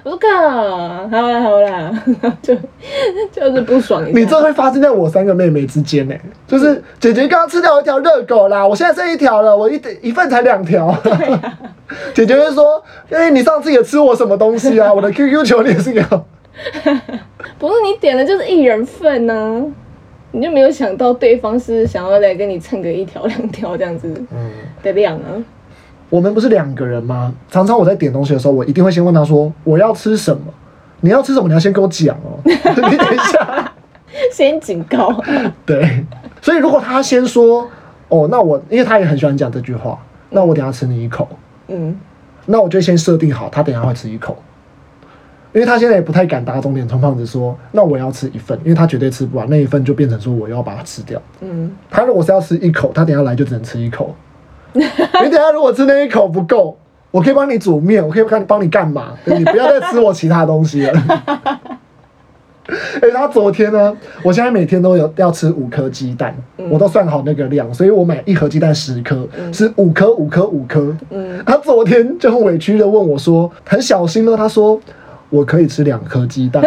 B: 我说靠，好啦好啦，就 就是不爽一下。
A: 你嗯这会发生在我三个妹妹之间呢、欸就是姐姐刚刚吃掉一条热狗啦，我现在剩一条了，我一一份才两 条。啊姐姐会说，因为你上次也吃我什么东西啊，我 的 QQ 球你也是有。
B: 不是你点的就是一人份呢、啊你就没有想到对方是想要来跟你蹭个一条两条这样子
A: 嗯，
B: 的量啊？
A: 我们不是两个人吗？常常我在点东西的时候，我一定会先问他说我要吃什么，你要吃什么，你要先跟我讲 哦、你等一下。
B: 先警告，
A: 对，所以如果他先说，哦，那我因为他也很喜欢讲这句话，那我等一下吃你一口，
B: 嗯，
A: 那我就先设定好，他等一下会吃一口，因为他现在也不太敢打肿脸充胖子说，那我要吃一份，因为他绝对吃不完，那一份就变成说我要把它吃掉。
B: 嗯，
A: 他如果是要吃一口，他等一下来就只能吃一口。你等一下如果吃那一口不够，我可以帮你煮面，我可以帮你帮你干嘛？对你不要再吃我其他东西了。哎、他昨天呢，我现在每天都有要吃五颗鸡蛋，
B: 嗯
A: 我都算好那个量，所以我买一盒鸡蛋十颗，吃五颗五颗五颗。
B: 嗯
A: 他昨天就很委屈的问我说，很小心呢，他说我可以吃两颗鸡 蛋，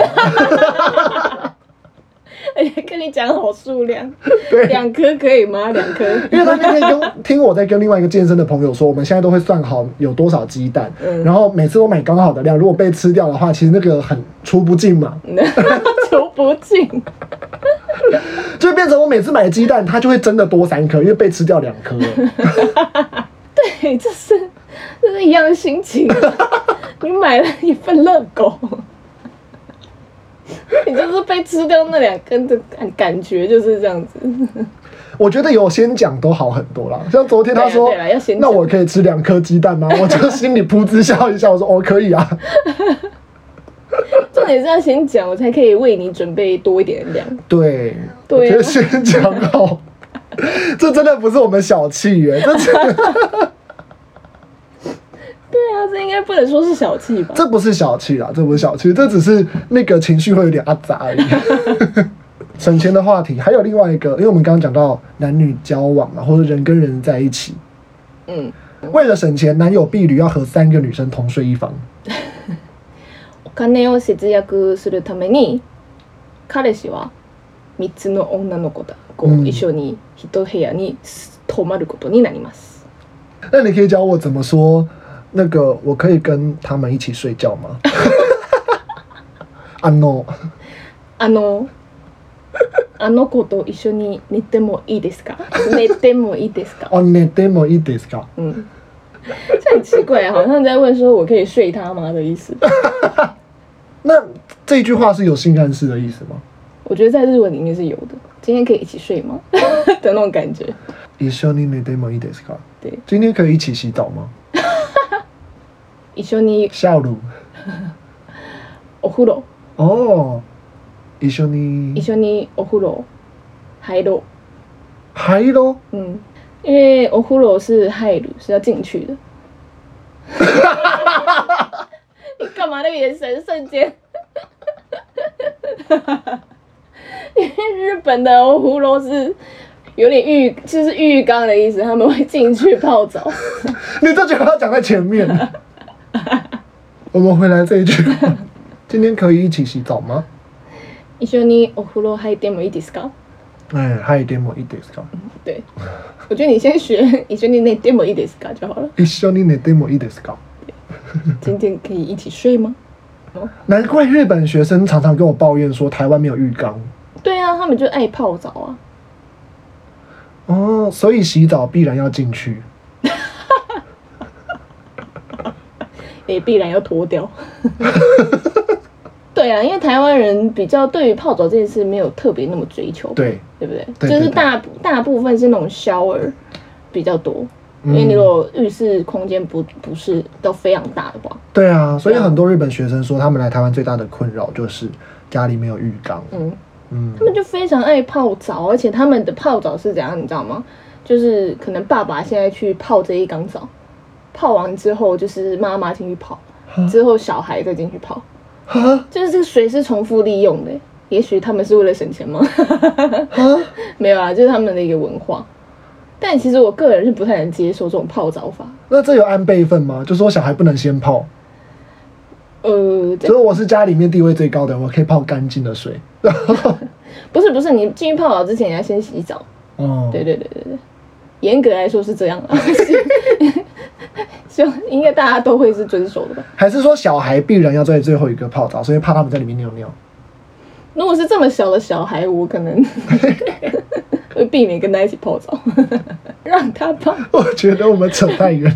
B: 而且跟你讲好数量，
A: 对，
B: 两颗可以吗？两颗，
A: 因为他那天跟听我在跟另外一个健身的朋友说，我们现在都会算好有多少鸡蛋，
B: 嗯
A: 然后每次都买刚好的量，如果被吃掉的话，其实那个很出不进嘛，
B: 嗯求不尽，
A: 就变成我每次买鸡蛋，它就会真的多三颗，因为被吃掉两颗 了。
B: 对，哎这是这是一样的心 情。你买了一份热狗，你就是被吃掉那两根的感感觉就是这样子。
A: 我觉得有先讲都好很多啦，像昨天他说
B: 对啊对啊要先，讲
A: 那我可以吃两颗鸡蛋吗？ 我就心里噗嗤笑一下，我说哦可以啊，
B: 重点是要先讲，我才可以为你准备多一点的量。
A: 对，
B: 对啊
A: 我觉得先讲好， 这真的不是我们小气耶，这真的。
B: 对啊，这应该不能说是小气吧？
A: 这不是小气啦，这不是小气，这只是那个情绪会有点阿杂而已。 省钱的话题还有另外一个，因为我们刚刚讲到男女交往嘛，或者人跟人在一起，
B: 嗯，
A: 为了省钱，男友婢女要和三个女生同睡一房。
B: お金を節約するために、彼氏は三つの女の子だ。こ
A: うん
B: う一緒に一部屋に泊まることになります。
A: 那你可以教我怎么说？那个我可以跟他们一起睡觉吗？ 啊 no，
B: あの、あの子と一緒に寝てもいいですか？寝てもいいです か？
A: 哦，你对我一点是か？
B: 嗯，这很奇怪，好像在问说我可以睡他吗的意思。
A: 那这句话是有性暗示的意思吗？
B: 我觉得在日文里面是有的。今天可以一起 睡吗？的那种感觉。
A: 一緒に寝てもいいですか？
B: 对，
A: 今天可以一起洗澡吗？
B: 一緒に
A: 下午。
B: お風呂、
A: 哦，一緒に
B: 一緒にお風呂入ろ
A: 入ろう。
B: う。嗯，因为お風呂是入る，是要进去的。你干嘛那个眼神瞬间？因为日本的お風呂是有点浴，就是浴缸的意思，他们会进去泡澡。
A: 你这句话要讲在前 面。我们回来这一句话，今天可以一起洗澡吗？
B: 一緒にお風呂入ってもいいですか？
A: 哎、はい、でもいいですか。
B: 对，我觉得你先学一緒に寝てもいいですか就好了。
A: 一緒に寝てもいいですか。
B: 今天可以一起睡吗？
A: 难怪日本学生常常跟我抱怨说台湾没有浴缸
B: 对啊，他们就爱泡澡啊。
A: 哦，所以洗澡必然要进去。
B: 也必然要脱掉。 对啊，因为台湾人比较对于泡澡这件事没有特别那么追求，
A: 对，
B: 对不对？
A: 对
B: 就是
A: 对对
B: 大大部分是那种 shower 比较多，因为你如果浴室空间不不是都非常大的话，
A: 对啊，所以很多日本学生说他们来台湾最大的困扰就是家里没有浴缸。
B: 嗯，
A: 嗯
B: 他们就非常爱泡澡，而且他们的泡澡是怎样，你知道吗？就是可能爸爸现在去泡这一缸澡，泡完之后就是妈妈进去泡，
A: 嗯
B: 之后小孩再进去泡，
A: 啊
B: 就是这个水是重复利用的。也许他们是为了省钱吗？
A: 啊！
B: 没有啊，就是他们的一个文化。但其实我个人是不太能接受这种泡澡法。
A: 那这有按辈分吗？就说小孩不能先泡，
B: 呃，这
A: 所以我是家里面地位最高的，我可以泡干净的水。
B: 不是不是，你进去泡澡之前你要先洗澡。
A: 哦，
B: 对对对对对，严格来说是这样 啊，就应该大家都会是遵守的吧。
A: 还是说小孩必然要在最后一个泡澡，所以怕他们在里面尿尿。
B: 如果是这么小的小孩，我可能会避免跟他一起泡澡，让他泡。
A: 我觉得我们扯太远。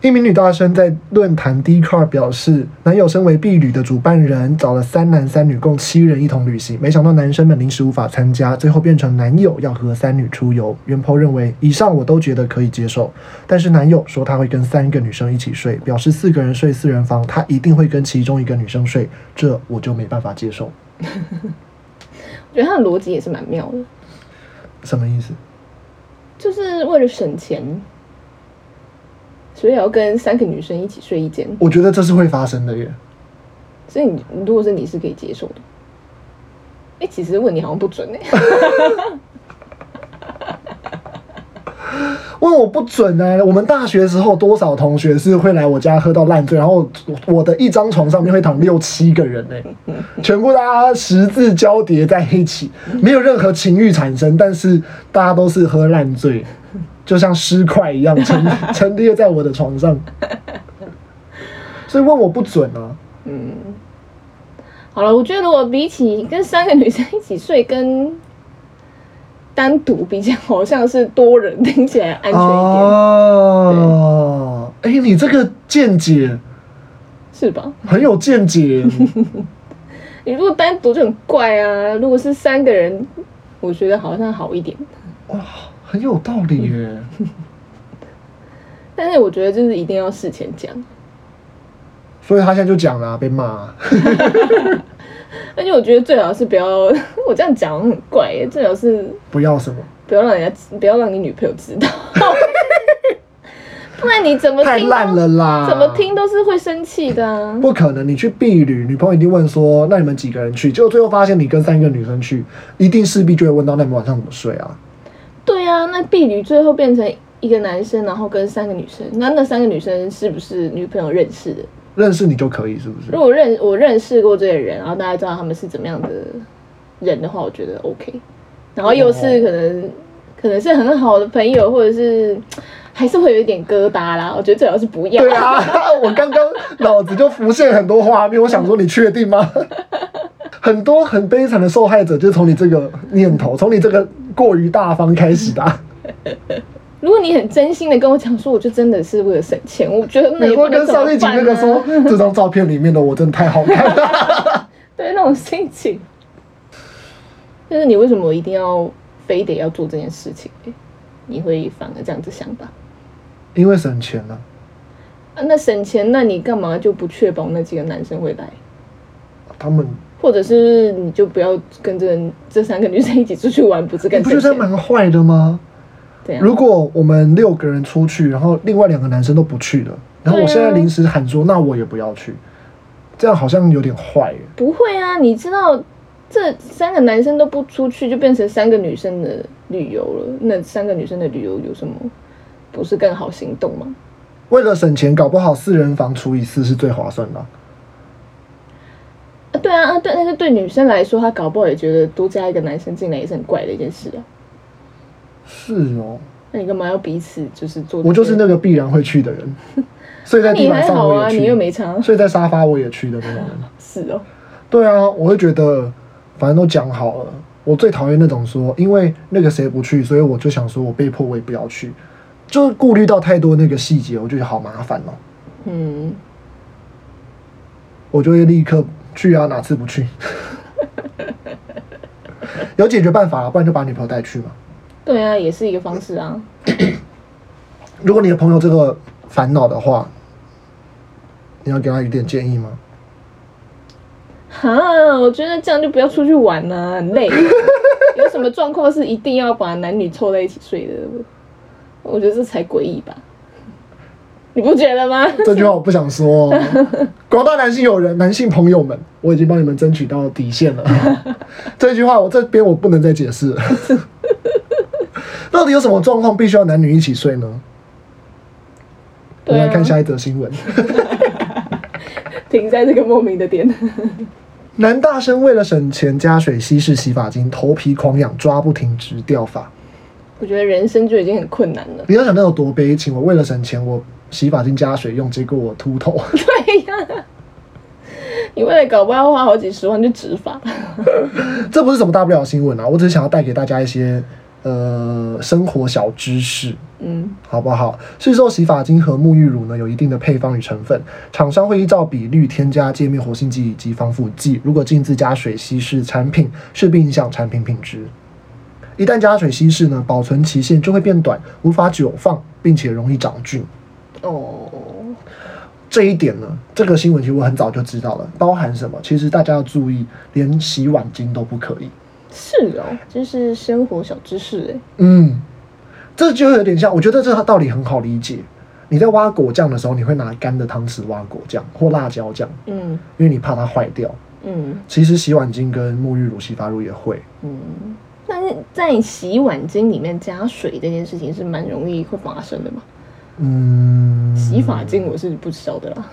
A: 一名女大生在论坛 d c a r 表示，男友身为婢旅的主办人，找了三男三女共七人一同旅行，没想到男生们临时无法参加，最后变成男友要和三女出游。袁剖认为，以上我都觉得可以接受，但是男友说他会跟三个女生一起睡，表示四个人睡四人房，他一定会跟其中一个女生睡，这我就没办法接受。
B: 我觉得他的逻辑也是蛮妙的，
A: 什么意思？
B: 就是为了省钱，所以要跟三个女生一起睡一间。
A: 我觉得这是会发生的耶。
B: 所以你如果是你是可以接受的。哎、其实问你好像不准哎、
A: 问我不准啊！我们大学时候多少同学是会来我家喝到烂醉，然后我的一张床上面会躺六七个人呢、欸全部大家十字交叠在一起，没有任何情欲产生，但是大家都是喝烂醉，就像尸块一样 陈陈列在我的床上，所以问我不准啊！
B: 好了，我觉得如果比起跟三个女生一起睡，跟单独比较，好像是多人听起来安全一点，
A: 哦，哎、你这个见解
B: 是吧？
A: 很有见 解，
B: 你如果单独就很怪啊，如果是三个人，我觉得好像好一点。
A: 哇，很有道理耶。
B: 但是我觉得就是一定要事前讲，
A: 所以他现在就讲了、啊被骂、
B: 而且我觉得最好是不要， 我这样讲很怪耶、最好是
A: 不要什么，
B: 不要让人家知，不要让你女朋友知道， 不然你怎么
A: 太
B: 听都啊
A: 烂了啦！
B: 怎么？听都是会生气的、啊。
A: 不可能，你去避旅，女朋友一定问说，那你们几个人去？结果最后发现你跟三个女生去，一定势必就会问到，那你们晚上怎么睡啊？
B: 对啊，那婢女最后变成一个男生，然后跟三个女生，那那三个女生是不是女朋友认识的？
A: 认识你就可以，是不是
B: 如？果认我认识过这些人，然后大家知道他们是怎么样的人的话，我觉得 OK。然后又是可能、可能是很好的朋友，或者是还是会有一点疙瘩啦。我觉得最好是不要。
A: 对啊，我刚刚脑子就浮现很多画面，我想说，你确定吗？ 很多很悲惨的受害者就是从你这个念头，从你这个过于大方开始的啊、
B: 如果你很真心的跟我讲说，我就真的是为了省钱，我觉 得那
A: 你
B: 也不
A: 会
B: 能
A: 跟
B: 怎么
A: 上一集
B: 办
A: 那个
B: 啊
A: 说，这张照片里面的我真的太好看 了。
B: 对那种心情。但是你为什么一定要非得要做这件事情？哎你会反而这样子想吧？
A: 因为省钱了、
B: 啊，那省钱，那你干嘛就不确保那几个男生会来？
A: 他们
B: 或者是你就不要跟这这三个女生一起出去玩，不是
A: 你
B: 更
A: 不觉
B: 省
A: 得这
B: 钱？
A: 蛮坏的吗？
B: 对啊，
A: 如果我们六个人出去，然后另外两个男生都不去了，然后我
B: 对啊
A: 现在临时喊说，那我也不要去，这样好像有点坏耶。
B: 不会啊，你知道这三个男生都不出去，就变成三个女生的旅游了。那三个女生的旅游有什么不是更好行动吗？
A: 为了省钱，搞不好四人房除以四是最划算的啊、
B: 啊对啊，啊对，但是对女生来说，她搞不好也觉得多加一个男生进来也是很怪的一件事啊。
A: 是哦，
B: 那你干嘛要彼此就是做？
A: 我就是那个必然会去的 人，所以在
B: 那
A: 地
B: 你
A: 板
B: 还
A: 上
B: 好
A: 我
B: 啊，
A: 也去，
B: 你又没差。
A: 所以在沙发我也去的那种 人。
B: 是哦，
A: 对啊，我会觉得反正都讲好了，我最讨厌那种说因为那个谁不去，所以我就想说我被迫我也不要去，就是顾虑到太多那个细节，我就觉得好麻烦哦、
B: 嗯，
A: 我就会立刻去啊，哪次不去？ 有解决办法、啊，不然就把女朋友带去嘛。
B: 对啊，也是一个方式啊。
A: 如果你的朋友这个烦恼的话，你要给他一点建议吗？
B: 哈，我觉得这样就不要出去玩了、很 累。有什么状况是一定要把男女凑在一起睡的？我觉得这才诡异吧，你不觉得吗？
A: 这句话我不想说、 哦。广大男性友人、男性朋友们，我已经帮你们争取到底线了。 这句话我这边我不能再解释 了。到底有什么状况必须要男女一起睡呢？ 我
B: 对
A: 们
B: 啊
A: 来，看下一则新闻。
B: 停在这个莫名的点。
A: 男大生为了省钱加水稀释洗发精，头皮狂痒，抓不停直掉发。
B: 我觉得人生就已经很困难了。
A: 你要想那有多悲情？我为了省钱，我洗发精加水用，结果我秃头。
B: 对呀、你为了搞不好花好几十万去植发，
A: 这不是什么大不了的新闻啊，我只是想要带给大家一些呃生活小知识。
B: 嗯，
A: 好不好？市售洗发精和沐浴乳呢，有一定的配方与成分，厂商会依照比率添加界面活性剂以及防腐剂。如果浸渍加水稀释产品，势必影响产品品质。一旦加水稀释呢，保存期限就会变短，无法久放，并且容易长菌。
B: 哦，
A: 这一点呢，这个新闻其实我很早就知道了，包含什么？其实大家要注意，连洗碗巾都不可以。
B: 是哦，就是生活小知识哎、
A: 嗯，这就有点像，我觉得这个道理很好理解。你在挖果酱的时候，你会拿干的汤匙挖果酱或辣椒酱，
B: 嗯
A: 因为你怕它坏掉。
B: 嗯
A: 其实洗碗巾跟沐浴乳、洗发乳也会，
B: 嗯。但是在洗碗巾里面加水这件事情是蛮容易会发生的嘛？
A: 嗯，
B: 洗发精我是不晓得啦。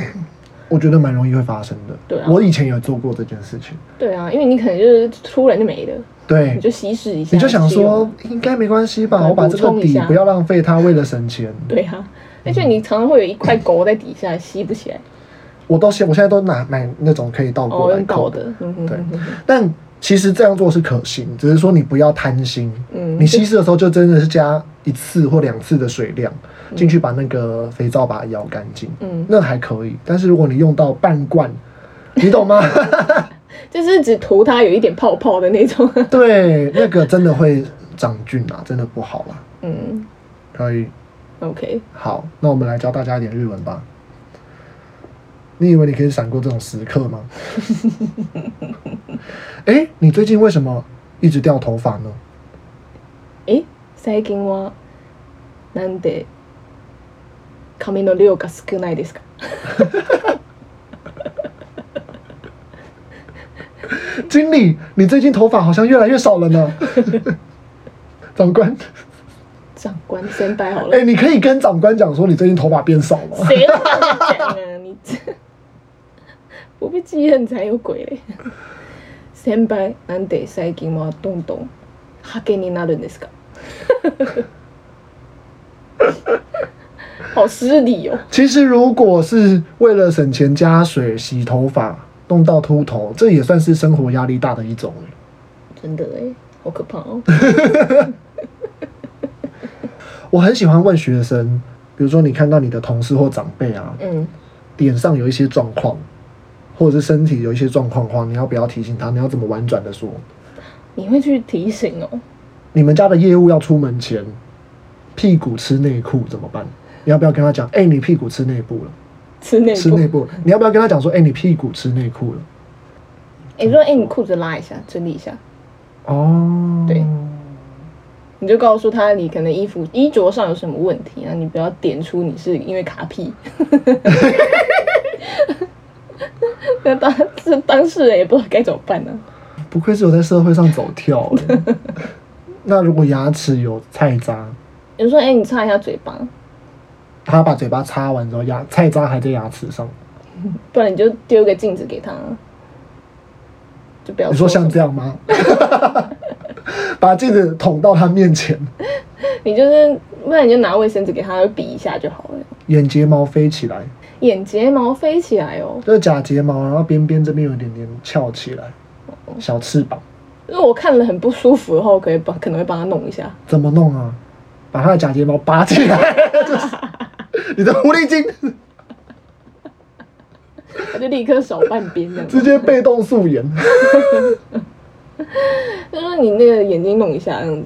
A: 我觉得蛮容易会发生的。
B: 对啊
A: 我以前有做过这件事情。
B: 对啊，因为你可能就是突然就没了，
A: 对
B: 你，就稀释一下。
A: 你就想
B: 就用
A: 说
B: 了，
A: 应该没关系
B: 对
A: 吧，我把这
B: 补
A: 个
B: 充一
A: 底
B: 下
A: 不要浪费它，为了省钱，
B: 对啊，而且你常常会有一块沟在底下，吸不起来。
A: 我都现我现在都拿买那种可以倒过
B: 哦，
A: 来
B: 用
A: 扣
B: 倒的。，嗯
A: 对
B: 哼哼哼
A: 但其实这样做是可行，只是说你不要贪心。
B: 嗯
A: 你稀释的时候就真的是加一次或两次的水量进去，把那个肥皂把它摇干净，
B: 嗯，
A: 那还可以。但是如果你用到半罐，你懂 吗？
B: 就是只涂它有一点泡泡的那种。
A: 对，那个真的会长菌啊，真的不好啦。
B: 嗯
A: 可以，
B: ，OK，
A: 好，那我们来教大家一点日文吧。你以为你可以闪过这种时刻 吗？哎、你最近为什么一直掉头发呢？
B: 诶、最近はなんで髪の量が少ないですか？
A: 经理，你最近头发好像越来越少了呢。 长官，
B: 长官先拜好了
A: 哎、。你可以跟长官讲说你最近头发变少 了。
B: 谁让你讲啊？你这不被记恨才有鬼嘞！先輩なんで最近はどんどん派遣になるんですか？ 好失礼哦！
A: 其实如果是为了省钱加水洗头发，弄到秃头，这也算是生活压力大的一种。
B: 真的哎，好可怕哦！
A: 我很喜欢问学生，比如说你看到你的同事或长辈啊，
B: 嗯，
A: 脸上有一些状况，或者是身体有一些状况的话，你要不要提醒他？你要怎么婉转的说？
B: 你会去提醒哦？
A: 你们家的业务要出门前，屁股吃内裤怎么办？你要不要跟他讲？哎、你屁股吃内裤了，
B: 吃内
A: 吃
B: 裤
A: 内，裤了。你要不要跟他讲说？哎、你屁股吃内裤了。
B: 哎、说哎、诶你裤子拉一下，整理一下，
A: 哦，
B: 对你就告诉他你可能衣服衣着上有什么问题，然后你不要点出你是因为卡屁。那当这当事人也不知道该怎么办呢、
A: 不愧是有在社会上走跳、欸。那如果牙齿有菜渣，
B: 你就说：“哎、你擦一下嘴巴，
A: 他把嘴巴擦完之后，牙菜渣还在牙齿上，
B: 不然你就丢一个镜子给他。就不要
A: 你说像这样吗？ 把镜子捅到他面前，
B: 你就是不然你就拿卫生纸给他比一下就好了。
A: 眼睫毛飞起来，
B: 眼睫毛飞起来哦，
A: 就是假睫毛，然后边边这边有一点点翘起来，小翅膀，
B: 如果我看了很不舒服的话，我可以帮可能会帮他弄一下。
A: 怎么弄啊？把他的假睫毛拔起来， 就是你的狐狸精
B: 他就立刻少半边这样。
A: 直接被动素颜，
B: 就说啊你那个眼睛弄一下这样子，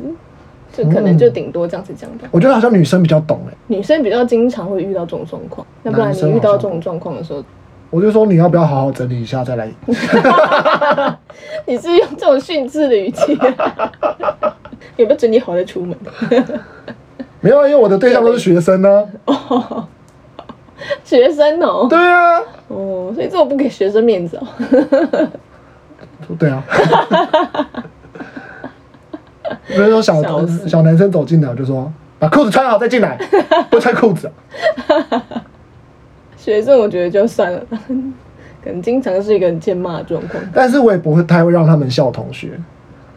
B: 就可能就顶多这样子讲吧。
A: 我觉得好像女生比较懂哎、
B: 女生比较经常会遇到这种状况，那不然
A: 男
B: 你
A: 生
B: 遇到
A: 好像
B: 这种状况的时候，
A: 我就说你要不要好好整理一下再来？
B: 你是用这种训斥的语气、啊， 有没有整理好再出 门？
A: 没有啊，因为我的对象都是学生啊呢、
B: 哦学生哦，
A: 对啊，
B: 哦，所以这种不给学生面子哦。
A: 对啊。比如说小
B: 笑死
A: 小男生走进来，我就说把裤子穿好再进来，不穿裤子啊、
B: 学生我觉得就算了， 可能经常是一个很欠骂的状况。
A: 但是我也不会太会让他们笑同学。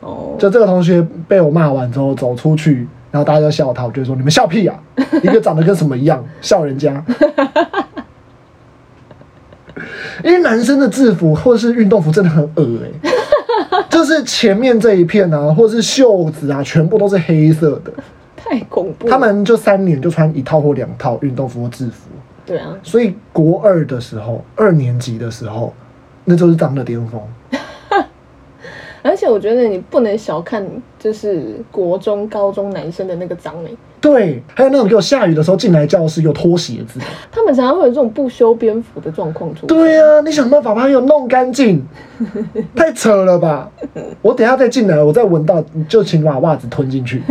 B: 哦，
A: 就这个同学被我骂完之后走出去，然后大家就笑他，我就说你们笑屁啊！一个长得跟什么一样，笑人家。 因为男生的制服或者是运动服真的很恶哎、就是前面这一片啊，或是袖子啊，全部都是黑色的。
B: 太恐怖了。
A: 他们就三年就穿一套或两套运动服或制服，
B: 对啊，
A: 所以国二的时候，二年级的时候，那就是当的巅峰。
B: 而且我觉得你不能小看就是国中、高中男生的那个脏哎、
A: 对，还有那种给我下雨的时候进来教室有脱鞋子的，
B: 他们常常会有这种不修边幅的状况出现。
A: 对呀、啊，你想办法把它给我弄干净，太扯了吧！我等一下再进来，我再闻到，你就请把袜子吞进去，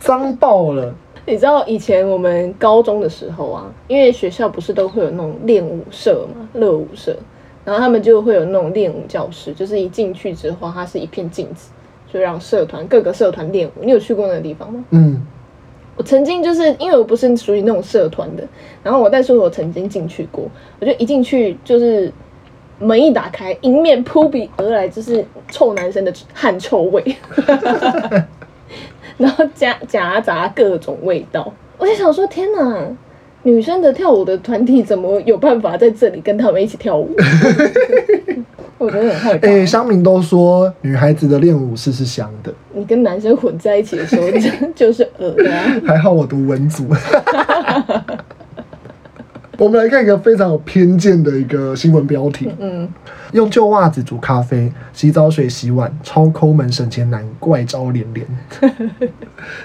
A: 脏爆了。
B: 你知道以前我们高中的时候啊，因为学校不是都会有那种练舞社嘛，热舞社，然后他们就会有那种练舞教室，就是一进去之后，它是一片镜子，就让社团各个社团练舞。你有去过那个地方吗？
A: 嗯，
B: 我曾经就是因为我不是属于那种社团的，然后我但是我曾经进去过，我就一进去就是门一打开，迎面扑鼻而来就是臭男生的汗臭味， 然后夹夹杂各种味道，我就想说天哪，女生的跳舞的团体怎么有办法在这里跟他们一起跳舞？ 我觉得很害怕。
A: 哎、乡民都说女孩子的练舞室是香的，
B: 你跟男生混在一起的时候，就就是恶的、啊。
A: 还好我读文组。我们来看一个非常有偏见的一个新闻标题：
B: 嗯，
A: 用旧袜子煮咖啡，洗澡水洗碗，超抠门省钱难，怪招连连。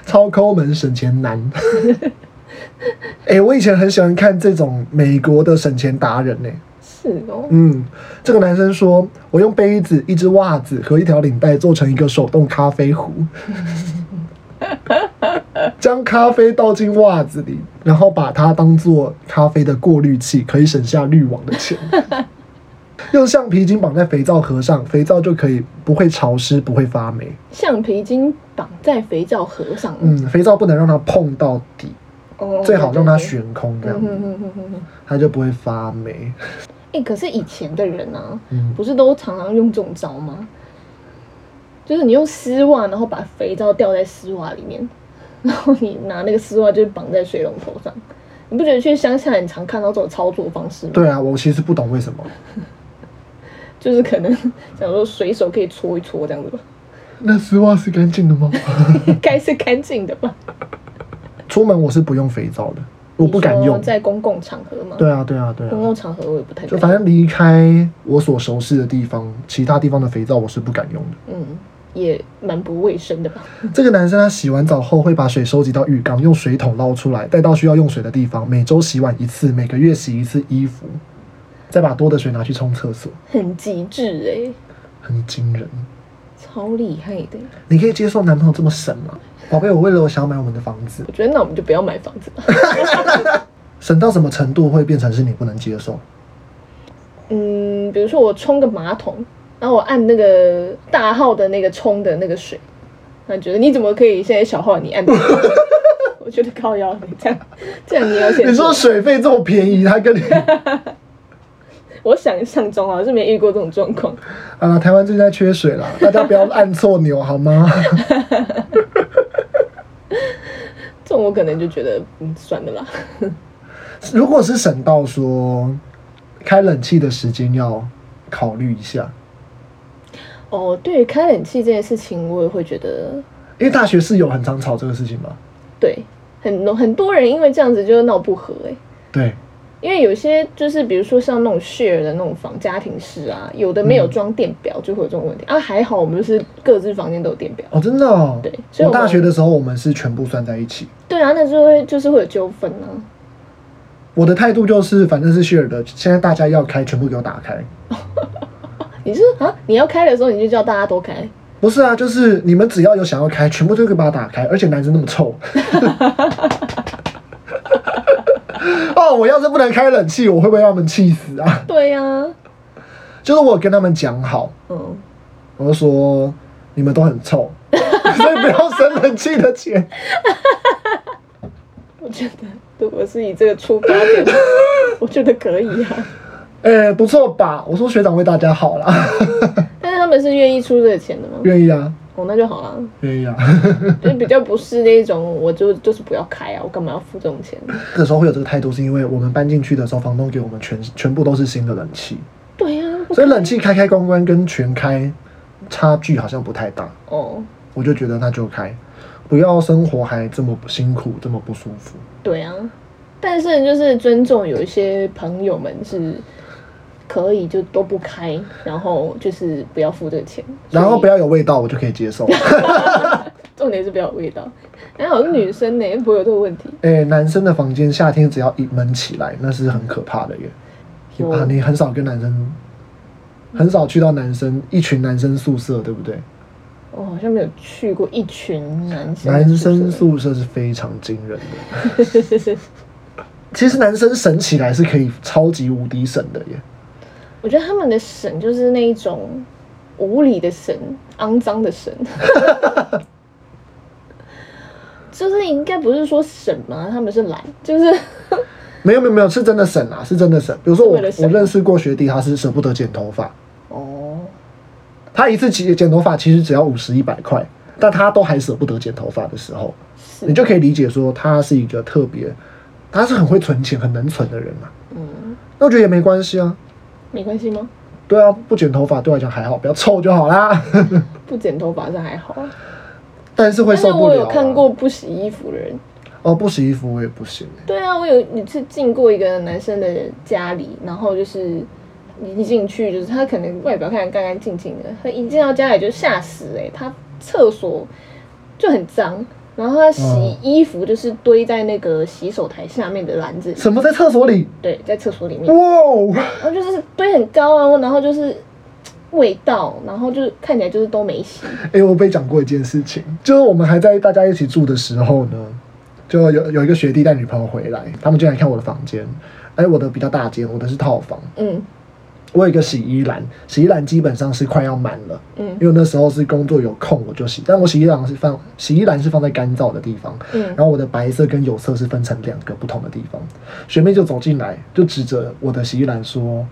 A: 超抠门省钱 难。哎、我以前很喜欢看这种美国的省钱达人呢、
B: 是哦。
A: 嗯，这个男生说，我用杯子、一只袜子和一条领带做成一个手动咖啡壶， 将咖啡倒进袜子里，然后把它当做咖啡的过滤器，可以省下滤网的钱。 用橡皮筋绑在肥皂盒上，肥皂就可以不会潮湿，不会发霉。
B: 橡皮筋绑在肥皂盒上，
A: 嗯，肥皂不能让它碰到底，
B: 哦
A: 最好让它。悬空这
B: 对对
A: 样
B: 对，嗯嗯嗯嗯嗯。
A: 它就不会发霉。
B: 哎、可是以前的人啊，
A: 嗯，
B: 不是都常常用这种招吗？就是你用丝袜，然后把肥皂掉在丝袜里面， 然后你拿那个丝袜就是绑在水龙头上。你不觉得去乡下很常看到这种操作方式吗？
A: 对啊，我其实不懂为什么。
B: 就是可能想说随手可以搓一搓这样 子吧，
A: 那丝袜是干净的吗？
B: 应该是干净的吧？
A: 出门我是不用肥皂的，我不敢
B: 你说
A: 用。
B: 在公共场合嘛，
A: 对啊，对啊，对啊，
B: 公共场合我也不太
A: 就
B: 敢
A: 反正离开我所熟悉的地方，其他地方的肥皂我是不敢用的。
B: 嗯，也蛮不卫生的吧？
A: 这个男生他洗完澡后会把水收集到浴缸，用水桶捞出来，带到需要用水的地方，每周洗碗一次，每个月洗一次衣服，再把多的水拿去冲厕所，
B: 很极致哎、
A: 很惊人。
B: 超厉害的。
A: 你可以接受男朋友这么省吗？
B: 嗯
A: 宝贝，我为了我想要买我们的房子，
B: 我觉得那我们就不要买房子吧。
A: 省到什么程度会变成是你不能接 受？
B: 嗯，比如说我冲个马桶，然后我按那个大号的那个冲的那个水，那觉得你怎么可以现在小号你按大号？ 我觉得靠腰，你这样这样你要先
A: 你说水费这么便宜，他跟你
B: 我想象中好像是没遇过这种状况。
A: 好啊了，台湾最近在缺水了， 大家不要按错钮好吗？
B: 这种我可能就觉得，嗯，算了啦。
A: 如果是省道说开冷气的时间要考虑一下，
B: 哦，对于开冷气这件事情，我也会觉得，
A: 因为大学室友很常吵这个事情嘛。
B: 对，很多很多人因为这样子就闹不和哎、
A: 对，
B: 因为有些就是比如说像那种 share 的那种房家庭式啊，有的没有装电表就会有这种问题、啊。还好我们就是各自房间都有电表。
A: 哦，真的哦。
B: 对所以
A: 我
B: 我
A: 大学的时候我们是全部算在一起。
B: 对啊，那就会就是会有纠纷啊。
A: 我的态度就是，反正是 share 的，现在大家要开，全部给我打开。
B: 你是啊，你要开的时候你就叫大家都开，
A: 不是啊，就是你们只要有想要开，全部都可以把它打开，而且男生那么臭。 哦，我要是不能开冷气，我会不会让他们气死啊？
B: 对呀、
A: 就是我有跟他们讲好，
B: 嗯，
A: 我就说你们都很臭， 所以不要省冷气的钱。
B: 我觉得如果是以这个出发 点，我觉得可以啊。
A: 哎、不错吧？我说学长为大家好啦，
B: 但是他们是愿意出这个钱的吗？
A: 愿意啊，
B: 哦，那就好啦，
A: 愿意啊。
B: 就比较不是那种我就就是不要开啊，我干嘛要付这种钱？
A: 这个时候会有这个态度，是因为我们搬进去的时候，房东给我们全全部都是新的冷气，
B: 对呀、啊，
A: 所以冷气开开关关跟全开差距好像不太大，
B: 哦，
A: 我就觉得那就开，不要生活还这么辛苦，这么不舒服。
B: 对啊，但是就是尊重有一些朋友们是可以就都不开，然后就是不要付这个钱，
A: 然后不
B: 要
A: 要有味道，我就可以接受。
B: 重点是不要有味道。然后好像女生呢、不会有这个问题，
A: 哎、男生的房间夏天只要一闷起来，那是很可怕的耶。
B: 有
A: 啊，你很少跟男生，很少去到男生一群男生宿舍，对不对？
B: 我好像没有去过一群男生
A: 男生
B: 生
A: 宿舍是非常惊人的。其实男生省起来是可以超级无敌省的耶。
B: 我觉得他们的神就是那一种无理的神，肮脏 的神。就是应该不是说省嘛，他们是懒，就是
A: 没有没有没有，是真的省啊，是真的省。比如说我
B: 是为了省
A: 我认识过学弟，他是舍不得剪头发，
B: 哦，
A: 他一次剪剪头发其实只要五十一百块，但他都还舍不得剪头发的时候，
B: 是
A: 你就可以理解说他是一个特别，他是很会存钱、很能存的人嘛。
B: 嗯，
A: 那我觉得也没关系啊，
B: 没关系吗？
A: 对啊，不剪头发对我来讲还好，不要臭就好啦。
B: 不剪头发是还好啊，
A: 但是会
B: 但是
A: 受不了、啊。
B: 我有看过不洗衣服的人。
A: 哦，不洗衣服我也不行、欸。
B: 对啊，我有一次进过一个男生的家里，然后就是一进去，就是他可能外表看起来干干净净的，他一进到家里就吓死哎、欸，他厕所就很脏，然后他洗衣服就是堆在那个洗手台下面的篮子里，
A: 什么在厕所里？
B: 对，在厕所里面
A: 哇，哦，
B: 然后就是堆很高啊，然后就是嘖味道，然后就是看起来就是都没洗，
A: 哎，我被讲过一件事情，就是我们还在大家一起住的时候呢，就有有一个学弟带女朋友回来，他们进来看我的房间，哎，我的比较大间，我的是套房，
B: 嗯
A: 我有一个洗衣篮，洗衣篮基本上是快要满了，
B: 嗯
A: 因为那时候是工作有空我就洗，但我洗衣篮是放洗衣篮是放在干燥的地方，
B: 嗯
A: 然，后我的白色跟有色是分成两个不同的地方。学妹就走进来，就指着我的洗衣篮说：“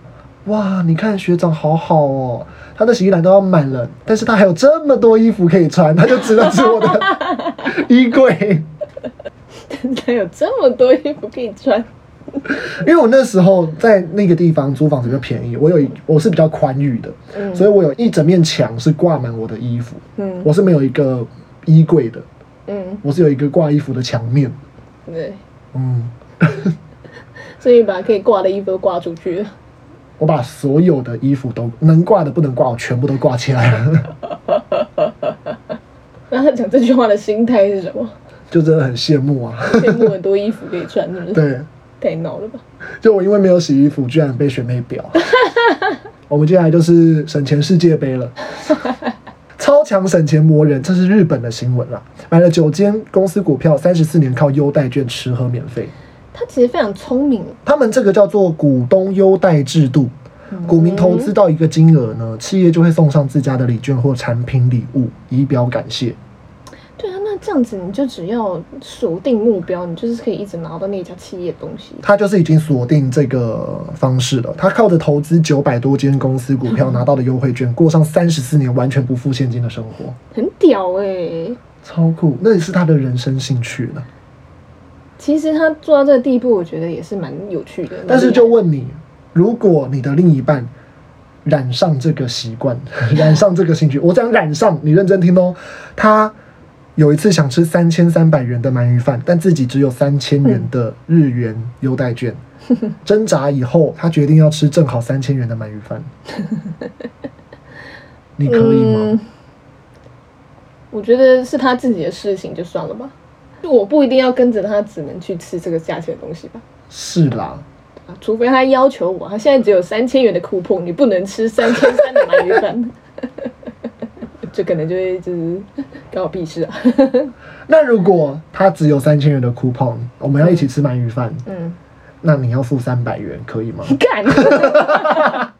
A: 哇，你看学长好好哦，他的洗衣篮都要满了，但是他还有这么多衣服可以穿。”他就指了指我的衣柜，
B: 他有这么多衣服可以穿，
A: 因为我那时候在那个地方租房子比较便宜，我有一我是比较宽裕的，
B: 嗯
A: 所以我有一整面墙是挂满我的衣服，
B: 嗯
A: 我是没有一个衣柜的，
B: 嗯，
A: 我是有一个挂衣服的墙面，
B: 对。
A: 嗯。
B: 所以把可以挂的衣服都挂出去了。
A: 我把所有的衣服都能挂的不能挂，我全部都挂起来了，
B: 那他讲这句话的心态是什么？
A: 就真的很羡慕啊。
B: 羡慕很多衣服可以穿，是不是？
A: 对，
B: 太闹了吧？
A: 就我因为没有洗衣服，居然被学妹表。我们接下来就是省钱世界杯了，超强省钱魔人，这是日本的新闻啦。买了九间公司股票，三十四年靠优待券吃喝免费。
B: 他其实非常聪明，
A: 他们这个叫做股东优待制度，股民投资到一个金额呢，企业就会送上自家的礼券或产品礼物，以表感谢。
B: 对啊，那这样子你就只要锁定目标，你就是可以一直拿到那家企业的东西。
A: 他就是已经锁定这个方式了。他靠着投资九百多间公司股票拿到的优惠券，过上三十四年完全不付现金的生活，
B: 很屌哎、
A: 超酷！那也是他的人生兴趣了。
B: 其实他做到这个地步，我觉得也是蛮有趣的。
A: 但是
B: 蛮
A: 就
B: 厉害
A: 问你，如果你的另一半染上这个习惯， 染上这个兴趣，我讲染上，你认真听哦。他有一次想吃三千三百元的鳗鱼饭，但自己只有三千元的日元优待 券。挣扎以后，他决定要吃正好三千元的鳗鱼饭。 你可以吗？
B: 嗯我觉得是他自己的事情，就算了吧。就我不一定要跟着他，只能去吃这个价钱的东西吧。
A: 是啦，
B: 啊除非他要求我，他现在只有三千元的 coupon，你不能吃三千三的鳗鱼饭， 这可能就会就是关我屁事啊。
A: 那如果他只有三千元的 coupon，我们要一起吃鳗鱼饭，
B: 嗯，
A: 那你要付三百元，可以吗？
B: 干，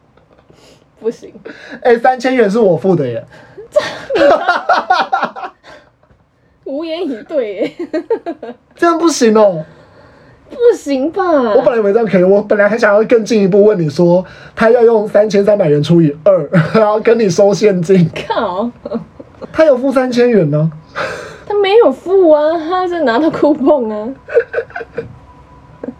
B: 不行，
A: 哎、三千元是我付的耶。
B: 无言以对 耶，
A: 这样不行哦、
B: 不行吧？
A: 我本来以为这样可以，我本来还想要更进一步问你说，他要用三千三百元除以二， 然后跟你收现金，
B: 靠，
A: 他有付三千元呢、
B: 他没有付啊，他是拿到 coupon 啊。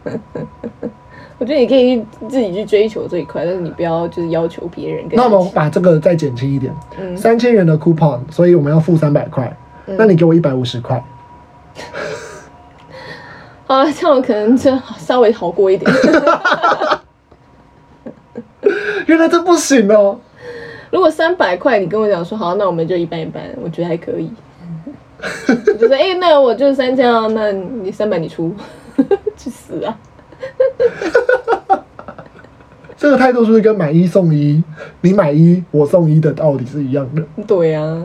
B: 我觉得你可以自己去追求这一块，但是你不要就是要求别人跟你一起。
A: 那我们把这个再减轻一点，
B: 嗯
A: 三千元的 coupon，所以我们要付三百块，那你给我一百五十块，
B: 好了，这样我可能就稍微好过一点。
A: 原来这不行哦、
B: 如果三百块，你跟我讲说好，那我们就一半一半，我觉得还可以。我就说，哎、那我就三千啊，那你三百你出， 去死啊！
A: 这个态度是不是跟买一送一，你买一我送一的道理是一样的？
B: 对啊，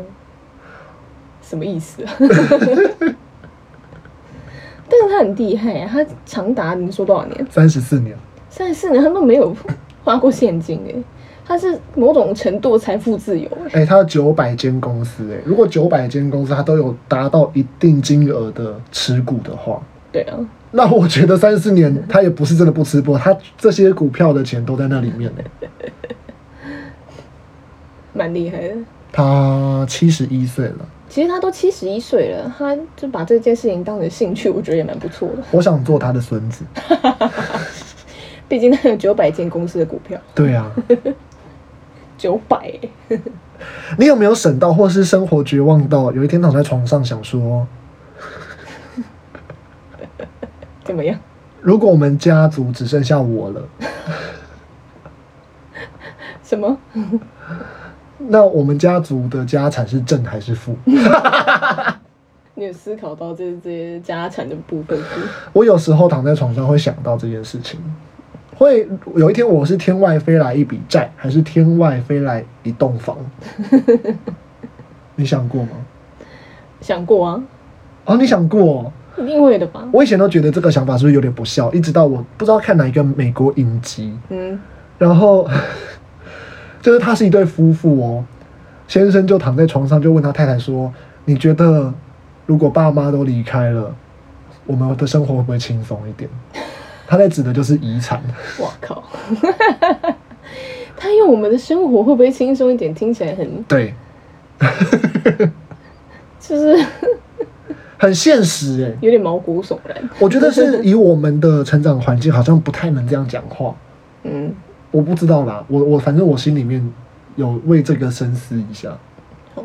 B: 什么意思啊？但是他很厉害啊，他长达你说多少年？
A: 三十四年，
B: 三十四年他都没有花过现金哎、他是某种程度财富自由哎、
A: 哎、他有九百间公司、哎，如果九百间公司他都有达到一定金额的持股的话，
B: 对啊，
A: 那我觉得三四年他也不是真的不吃不喝，他这些股票的钱都在那里面哎呢。
B: 蛮厉害的。
A: 他七十一岁了，
B: 其实他都七十一岁了，他就把这件事情当成兴趣，我觉得也蛮不错的。
A: 我想做他的孙子。
B: 毕竟他有九百间公司的股票，
A: 对啊，
B: 九百、
A: 你有没有省到，或是生活绝望到，有一天躺在床上想说，
B: 怎么样？
A: 如果我们家族只剩下我了，
B: 什么？
A: 那我们家族的家产是正还是负？
B: 你有思考到这这些家产的部分是？
A: 我有时候躺在床上会想到这件事情，会有一天我是天外飞来一笔债，还是天外飞来一栋房？你想过吗？
B: 想过啊，
A: 哦，你想过哦、
B: 一定会的吧？
A: 我以前都觉得这个想法是不是有点不孝，一直到我不知道看哪一个美国影集，
B: 嗯，
A: 然后 就是他是一对夫妇哦，先生就躺在床上就问他太太说：“你觉得如果爸妈都离开了，我们的生活会不会轻松一点？”他在指的就是遗产，
B: 我靠， 他用我们的生活会不会轻松一点？听起来很
A: 对，
B: 就是
A: 很现实哎、
B: 有点毛骨悚然。
A: 我觉得 是以我们的成长环境，好像不太能这样讲话。
B: 嗯，
A: 我不知道啦，我我反正我心里面有为这个深思一下。
B: 哦，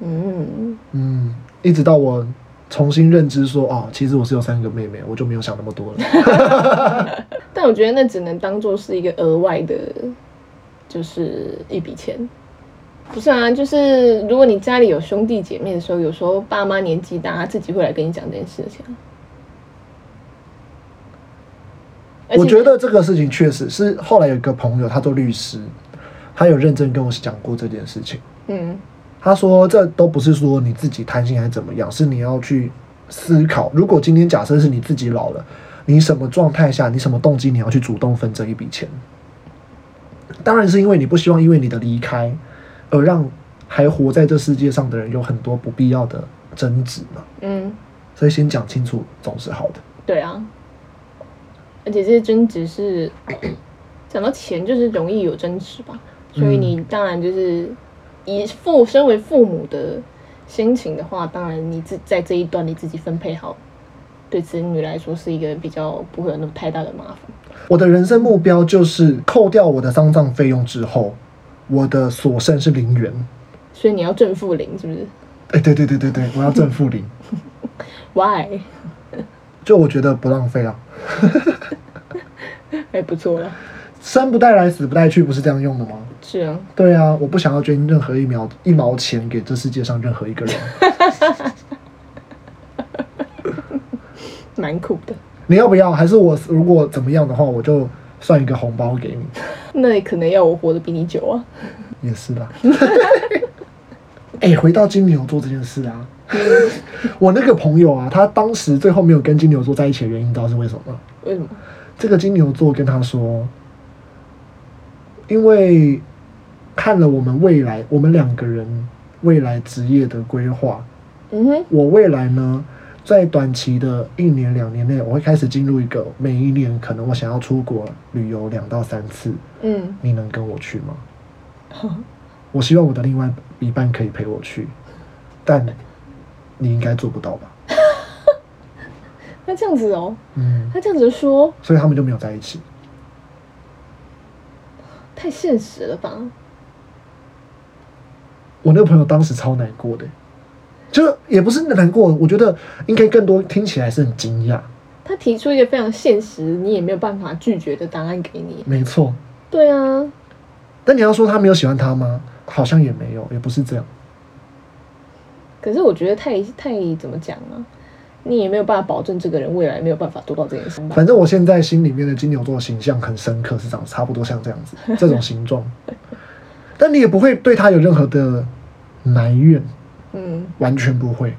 B: 嗯，
A: 嗯，一直到我重新认知说，哦，其实我是有三个妹妹，我就没有想那么多了。
B: 但我觉得那只能当做是一个额外的，就是一笔钱。不是啊，就是如果你家里有兄弟姐妹的时候，有时候爸妈年纪大，他自己会来跟你讲这件事情啊。 而且
A: 我觉得这个事情确实是后来有一个朋友，他做律师，他有认真跟我讲过这件事情。
B: 嗯，
A: 他说，这都不是说你自己贪心还是怎么样，是你要去思考。如果今天假设是你自己老了，你什么状态下，你什么动机，你要去主动分这一笔钱？当然是因为你不希望因为你的离开而让还活在这世界上的人有很多不必要的争执嘛，
B: 嗯，
A: 所以先讲清楚总是好的。
B: 对啊，而且这些争执 是讲到钱，就是容易有争执吧，所以
A: 嗯
B: 你当然就是以父身为父母的心情的话，当然你自在这一段你自己分配好，对子女来说是一个比较不会有那么太大的麻烦。
A: 我的人生目标就是扣掉我的丧葬费用之后，我的所剩是零元。
B: 所以你要正负零是不是
A: 哎、对对对对对，我要正负零，
B: ？Why？
A: 就我觉得不浪费啊，
B: 还不错啦，
A: 生不带来，死不带去，不是这样用的吗？
B: 是啊，
A: 对啊，我不想要捐任何一毛一毛钱给这世界上任何一个人。
B: 蛮酷的。
A: 你要不要？还是我如果怎么样的话，我就算一个红包给你，
B: 那可能要我活得比你久啊。
A: 也是啦。 哎、回到金牛座这件事啊， 我那个朋友啊，他当时最后没有跟金牛座在一起的原因，你知道是为什么吗？
B: 为什么？
A: 这个金牛座跟他说，因为看了我们未来，我们两个人未来职业的规划，
B: 嗯哼，
A: 我未来呢，在短期的一年两年内，我会开始进入一个每一年可能我想要出国旅游两到三次，
B: 嗯，
A: 你能跟我去吗？我希望我的另外一半可以陪我去，但你应该做不到吧？
B: 那这样子哦，
A: 嗯，
B: 他这样子说
A: 所以他们就没有在一起。
B: 太现实了吧？
A: 我那个朋友当时超难过的，就是也不是难过，我觉得应该更多听起来是很惊讶。
B: 他提出一个非常现实，你也没有办法拒绝的答案给你。
A: 没错，
B: 对啊，
A: 但你要说他没有喜欢他吗？好像也没有，也不是这样。
B: 可是我觉得太太怎么讲啊？你也没有办法保证这个人未来没有办法做到这件事吧？
A: 反正我现在心里面的金牛座形象很深刻，是长差不多像这样子 这种形状。但你也不会对他有任何的埋怨，
B: 嗯，
A: 完全不会。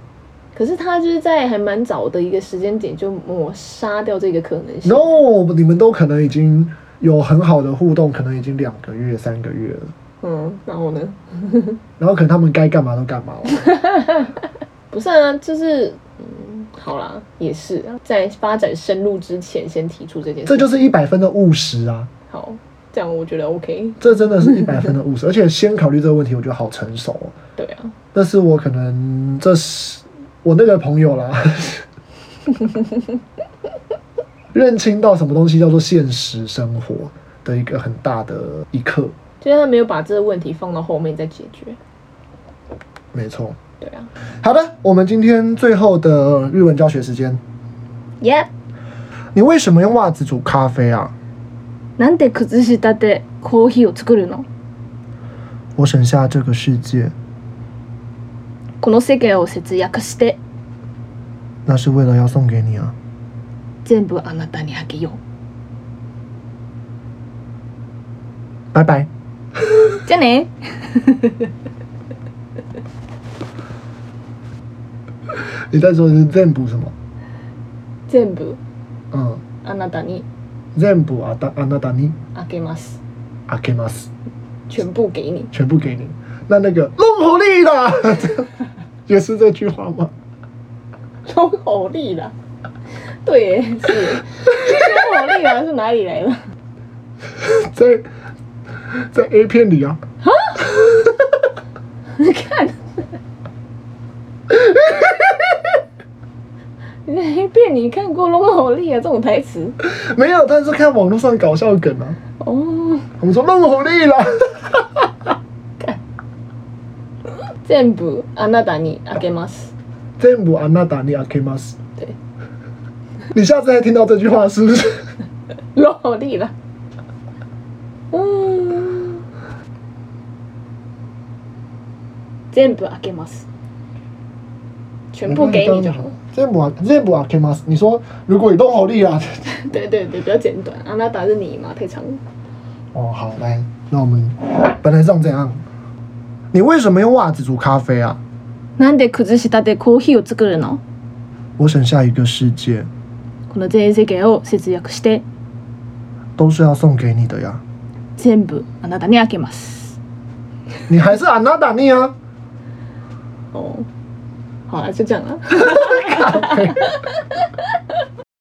B: 可是他就是在还蛮早的一个时间点就抹杀掉这个可能性。
A: No，你们都可能已经有很好的互动，可能已经两个月、三个月了，
B: 嗯，然后呢？
A: 然后可能他们该干嘛都干嘛了。
B: 不是啊，就是嗯，好啦，也是啊在发展深入之前先提出这件事
A: 这。就是一百分的务实啊！
B: 好，这样我觉得 OK。
A: 这真的是一百分的务实，而且先考虑这个问题，我觉得好成熟、哦。
B: 对啊，
A: 那是我可能这是我那个朋友啦， 认清到什么东西叫做现实生活的一个很大的一刻，
B: 就是他没有把这个问题放到后面再解决。
A: 没错。
B: 对啊
A: 好的，我们今天最后的日文教学时间，
B: ，Yep。
A: 你为什么用袜子煮咖啡啊？
B: なんで靴下でコーヒーを作るの
A: 我省下这个世界，
B: この世界を節約して
A: 那是为了要送给你啊。
B: 全部あなたにあげよ
A: 拜拜。
B: う。じゃあね。
A: 你在说的是 z 部什么？
B: 全部
A: 嗯
B: あなたに
A: z 部啊，达啊那达尼啊
B: あげます。
A: 阿 k 马斯。
B: 全部给你。
A: 全部给你。那那个弄狐狸啦， 也是这句话吗？
B: 都好利啦。对耶，是。都好利啦，是哪里来的？
A: 在在 A 片里啊，
B: 你看，你在黑片你看过《龙好利》啊这种台词
A: 没有，但是看网络上搞笑梗啊，
B: 哦，
A: 我们说弄狐狸 啦，
B: 全部あなたにあげます。
A: 全部安娜达尼阿 K 马斯。
B: 对，
A: 你下次再听到这句话是不是？
B: 龙好利了。嗯，全部あげます。全部给你就好了。。
A: 全部啊，全部啊，K 马斯。你说如果你弄狐狸啦，
B: 对对对，比较简短。あなた是你嘛，太长了。
A: 哦，好，来，那我们本来上这样。你为什么用袜子煮咖啡啊？
B: なんで靴下でコーヒーを作るの？
A: 我省下一个世界，
B: この全世界を節約して
A: 都是要送给你的呀。
B: 全部あなたにあげます。
A: 你还是安娜达尼啊？
B: 哦，好了，就这样了。